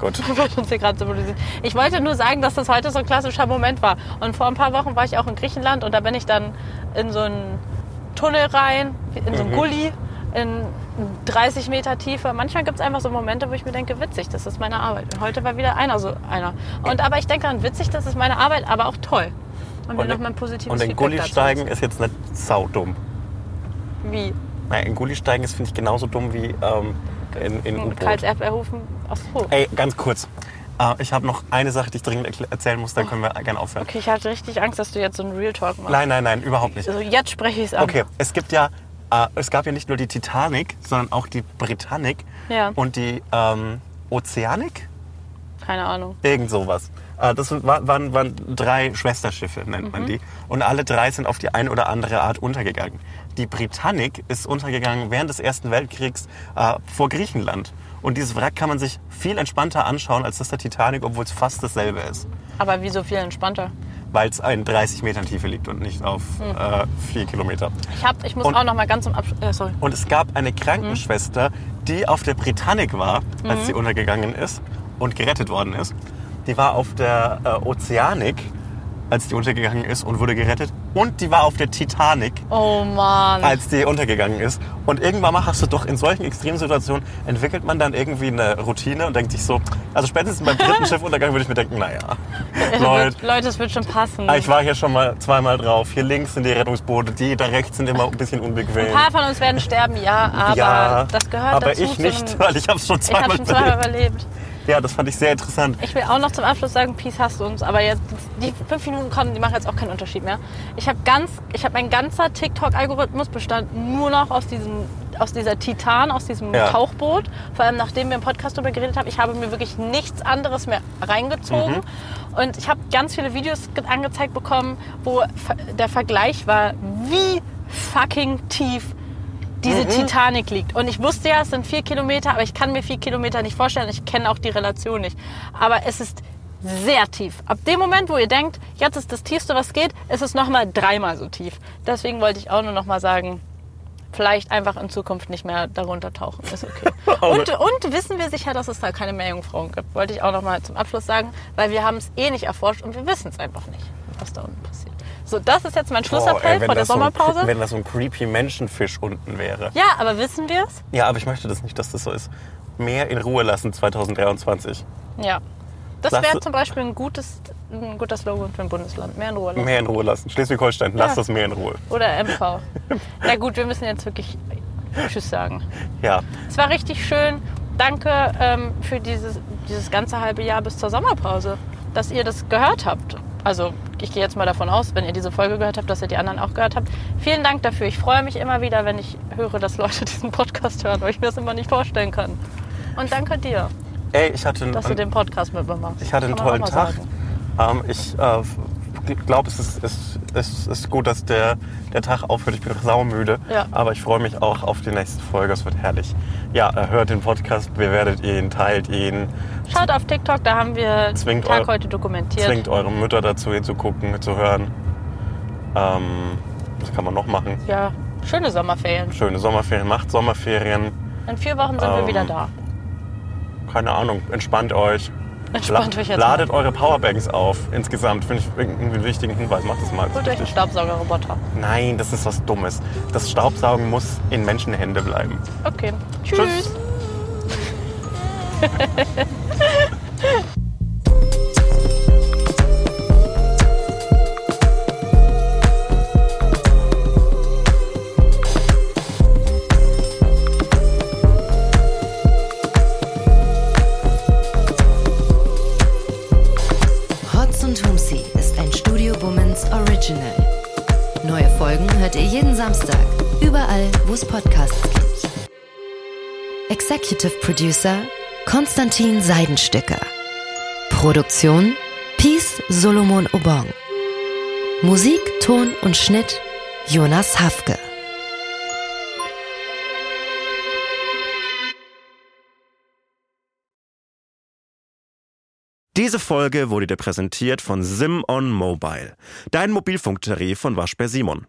Gut. [laughs] Wird uns hier gerade symbolisiert. Ich wollte nur sagen, dass das heute so ein klassischer Moment war. Und vor ein paar Wochen war ich auch in Griechenland und da bin ich dann in so einen Tunnel rein, in so einen Mhm. Gully, in 30 Meter Tiefe. Manchmal gibt es einfach so Momente, wo ich mir denke, witzig, das ist meine Arbeit. Und heute war wieder einer so einer. Und aber ich denke dann, witzig, das ist meine Arbeit, aber auch toll. Und, mir noch mal ein positives und in Feedback Gulli dazu. steigen ist jetzt nicht saudumm. Wie? Nein, in Gulli steigen ist, finde ich, genauso dumm wie ähm, in, in Karls U-Boot. Erberhofen aufs Hof. Ey, ganz kurz. Äh, ich habe noch eine Sache, die ich dringend erkl- erzählen muss, dann können wir gerne aufhören. Oh. Okay, ich hatte richtig Angst, dass du jetzt so einen Real Talk machst. Nein, nein, nein, überhaupt nicht. Also jetzt spreche ich es an. Okay, es gibt ja, äh, es gab ja nicht nur die Titanic, sondern auch die Britannic Ja. und die ähm, Ozeanic. Keine Ahnung. Irgend sowas. Äh, Das sind- wa- waren, waren drei Schwesterschiffe, nennt man Mhm. die. Und alle drei sind auf die eine oder andere Art untergegangen. Die Britannic ist untergegangen während des Ersten Weltkriegs äh, vor Griechenland. Und dieses Wrack kann man sich viel entspannter anschauen als das der Titanic, obwohl es fast dasselbe ist. Aber wie so viel entspannter. Weil es in 30 Metern Tiefe liegt und nicht auf Mhm. äh, 4 Kilometer. Ich, hab, ich muss Und- auch noch mal ganz zum Abschluss. Äh, sorry. Und es gab eine Krankenschwester, die auf der Britannic war, als Mhm. sie untergegangen ist und gerettet worden ist. Die war auf der äh, Ozeanic, als die untergegangen ist und wurde gerettet. Und die war auf der Titanic, Oh Mann. als die untergegangen ist. Und irgendwann mal hast du doch in solchen extremen Situationen entwickelt man dann irgendwie eine Routine und denkt sich so, also spätestens beim [laughs] dritten Schiffuntergang würde ich mir denken, naja, Es Leute, ah, wird, Leute, es wird schon passen. ich war hier schon mal zweimal drauf. Hier links sind die Rettungsboote, die da rechts sind immer ein bisschen unbequem. ein paar von uns werden sterben, ja, aber Ja, das gehört aber dazu. ich zu nicht, einem- weil ich hab's schon Ich [laughs] zweimal hab's schon zweimal überlebt. Ja, das fand ich sehr interessant. Ich will auch noch zum Abschluss sagen, Peace hasst uns, aber jetzt die fünf Minuten kommen, die machen jetzt auch keinen Unterschied mehr. Ich habe ganz, ich habe mein ganzer TikTok-Algorithmus bestand nur noch aus diesem, aus dieser Titan, aus diesem Ja. Tauchboot. Vor allem nachdem wir im Podcast darüber geredet haben, ich habe mir wirklich nichts anderes mehr reingezogen. Und ich habe ganz viele Videos ge- angezeigt bekommen, wo ver- der Vergleich war, wie fucking tief diese Mhm. Titanic liegt. Und ich wusste ja, es sind vier Kilometer, aber ich kann mir vier Kilometer nicht vorstellen. Ich kenne auch die Relation nicht. Aber es ist sehr tief. Ab dem Moment, wo ihr denkt, jetzt ist das Tiefste, was geht, ist es nochmal dreimal so tief. Deswegen wollte ich auch nur nochmal sagen, vielleicht einfach in Zukunft nicht mehr darunter tauchen. Ist [laughs] okay. und, und wissen wir sicher, dass es da keine Meerjungfrauen gibt. Wollte ich auch nochmal zum Abschluss sagen, weil wir haben es eh nicht erforscht und wir wissen es einfach nicht, was da unten passiert. So, das ist jetzt mein Boah, ey, Schlussappell wenn vor der das so ein- Sommerpause. wenn das so ein creepy Menschenfisch unten wäre. ja, aber wissen wir es? Ja, aber ich möchte das nicht, dass das so ist. Mehr in Ruhe lassen 2023. Ja. Das Lass- wäre zum Beispiel ein gutes, ein gutes Slogan für ein Bundesland. Mehr in Ruhe lassen. Mehr in Ruhe lassen. Schleswig-Holstein, Ja. lass das Meer in Ruhe. Oder [laughs] MV. Na gut, wir müssen jetzt wirklich Tschüss sagen. Ja. Es war richtig schön. Danke ähm, für dieses, dieses ganze halbe Jahr bis zur Sommerpause, dass ihr das gehört habt. Also ich gehe jetzt mal davon aus, wenn ihr diese Folge gehört habt, dass ihr die anderen auch gehört habt. Vielen Dank dafür. Ich freue mich immer wieder, wenn ich höre, dass Leute [laughs] diesen Podcast hören, weil ich mir das immer nicht vorstellen kann. Und danke dir, Ey, ich hatte einen, dass du den Podcast mit mir machst. ich hatte einen Kann man tollen auch mal Tag. sagen. Ähm, ich äh, glaube, es ist, es, es ist gut, dass der, der Tag aufhört. Ich bin saumüde. Ja. Aber ich freue mich auch auf die nächste Folge. Es wird herrlich. Ja, äh, hört den Podcast, bewertet ihn, teilt ihn. Schaut auf TikTok, da haben wir den Zwingt Tag eure- heute dokumentiert. Zwingt eure Mütter dazu, ihn zu gucken, zu hören. Ähm, was kann man noch machen? Ja, schöne Sommerferien. Schöne Sommerferien, macht Sommerferien. In vier Wochen sind wir Ähm, wieder da. Keine Ahnung, entspannt euch. Entspannt euch jetzt mal. Ladet eure Powerbanks auf. Insgesamt finde ich irgendwie einen wichtigen Hinweis. Macht das mal. Holt euch einen Staubsaugerroboter. Nein, das ist was Dummes. Das Staubsaugen muss in Menschenhände bleiben. Okay. Tschüss. Podcast Original. Neue Folgen hört ihr jeden Samstag, überall, wo es Podcasts gibt. Executive Producer Konstantin Seidenstücker. Produktion Peace Solomon Obong. Musik, Ton und Schnitt Jonas Hafke. Diese Folge wurde dir präsentiert von Sim on Mobile, dein Mobilfunktarif von Waschbär Simon.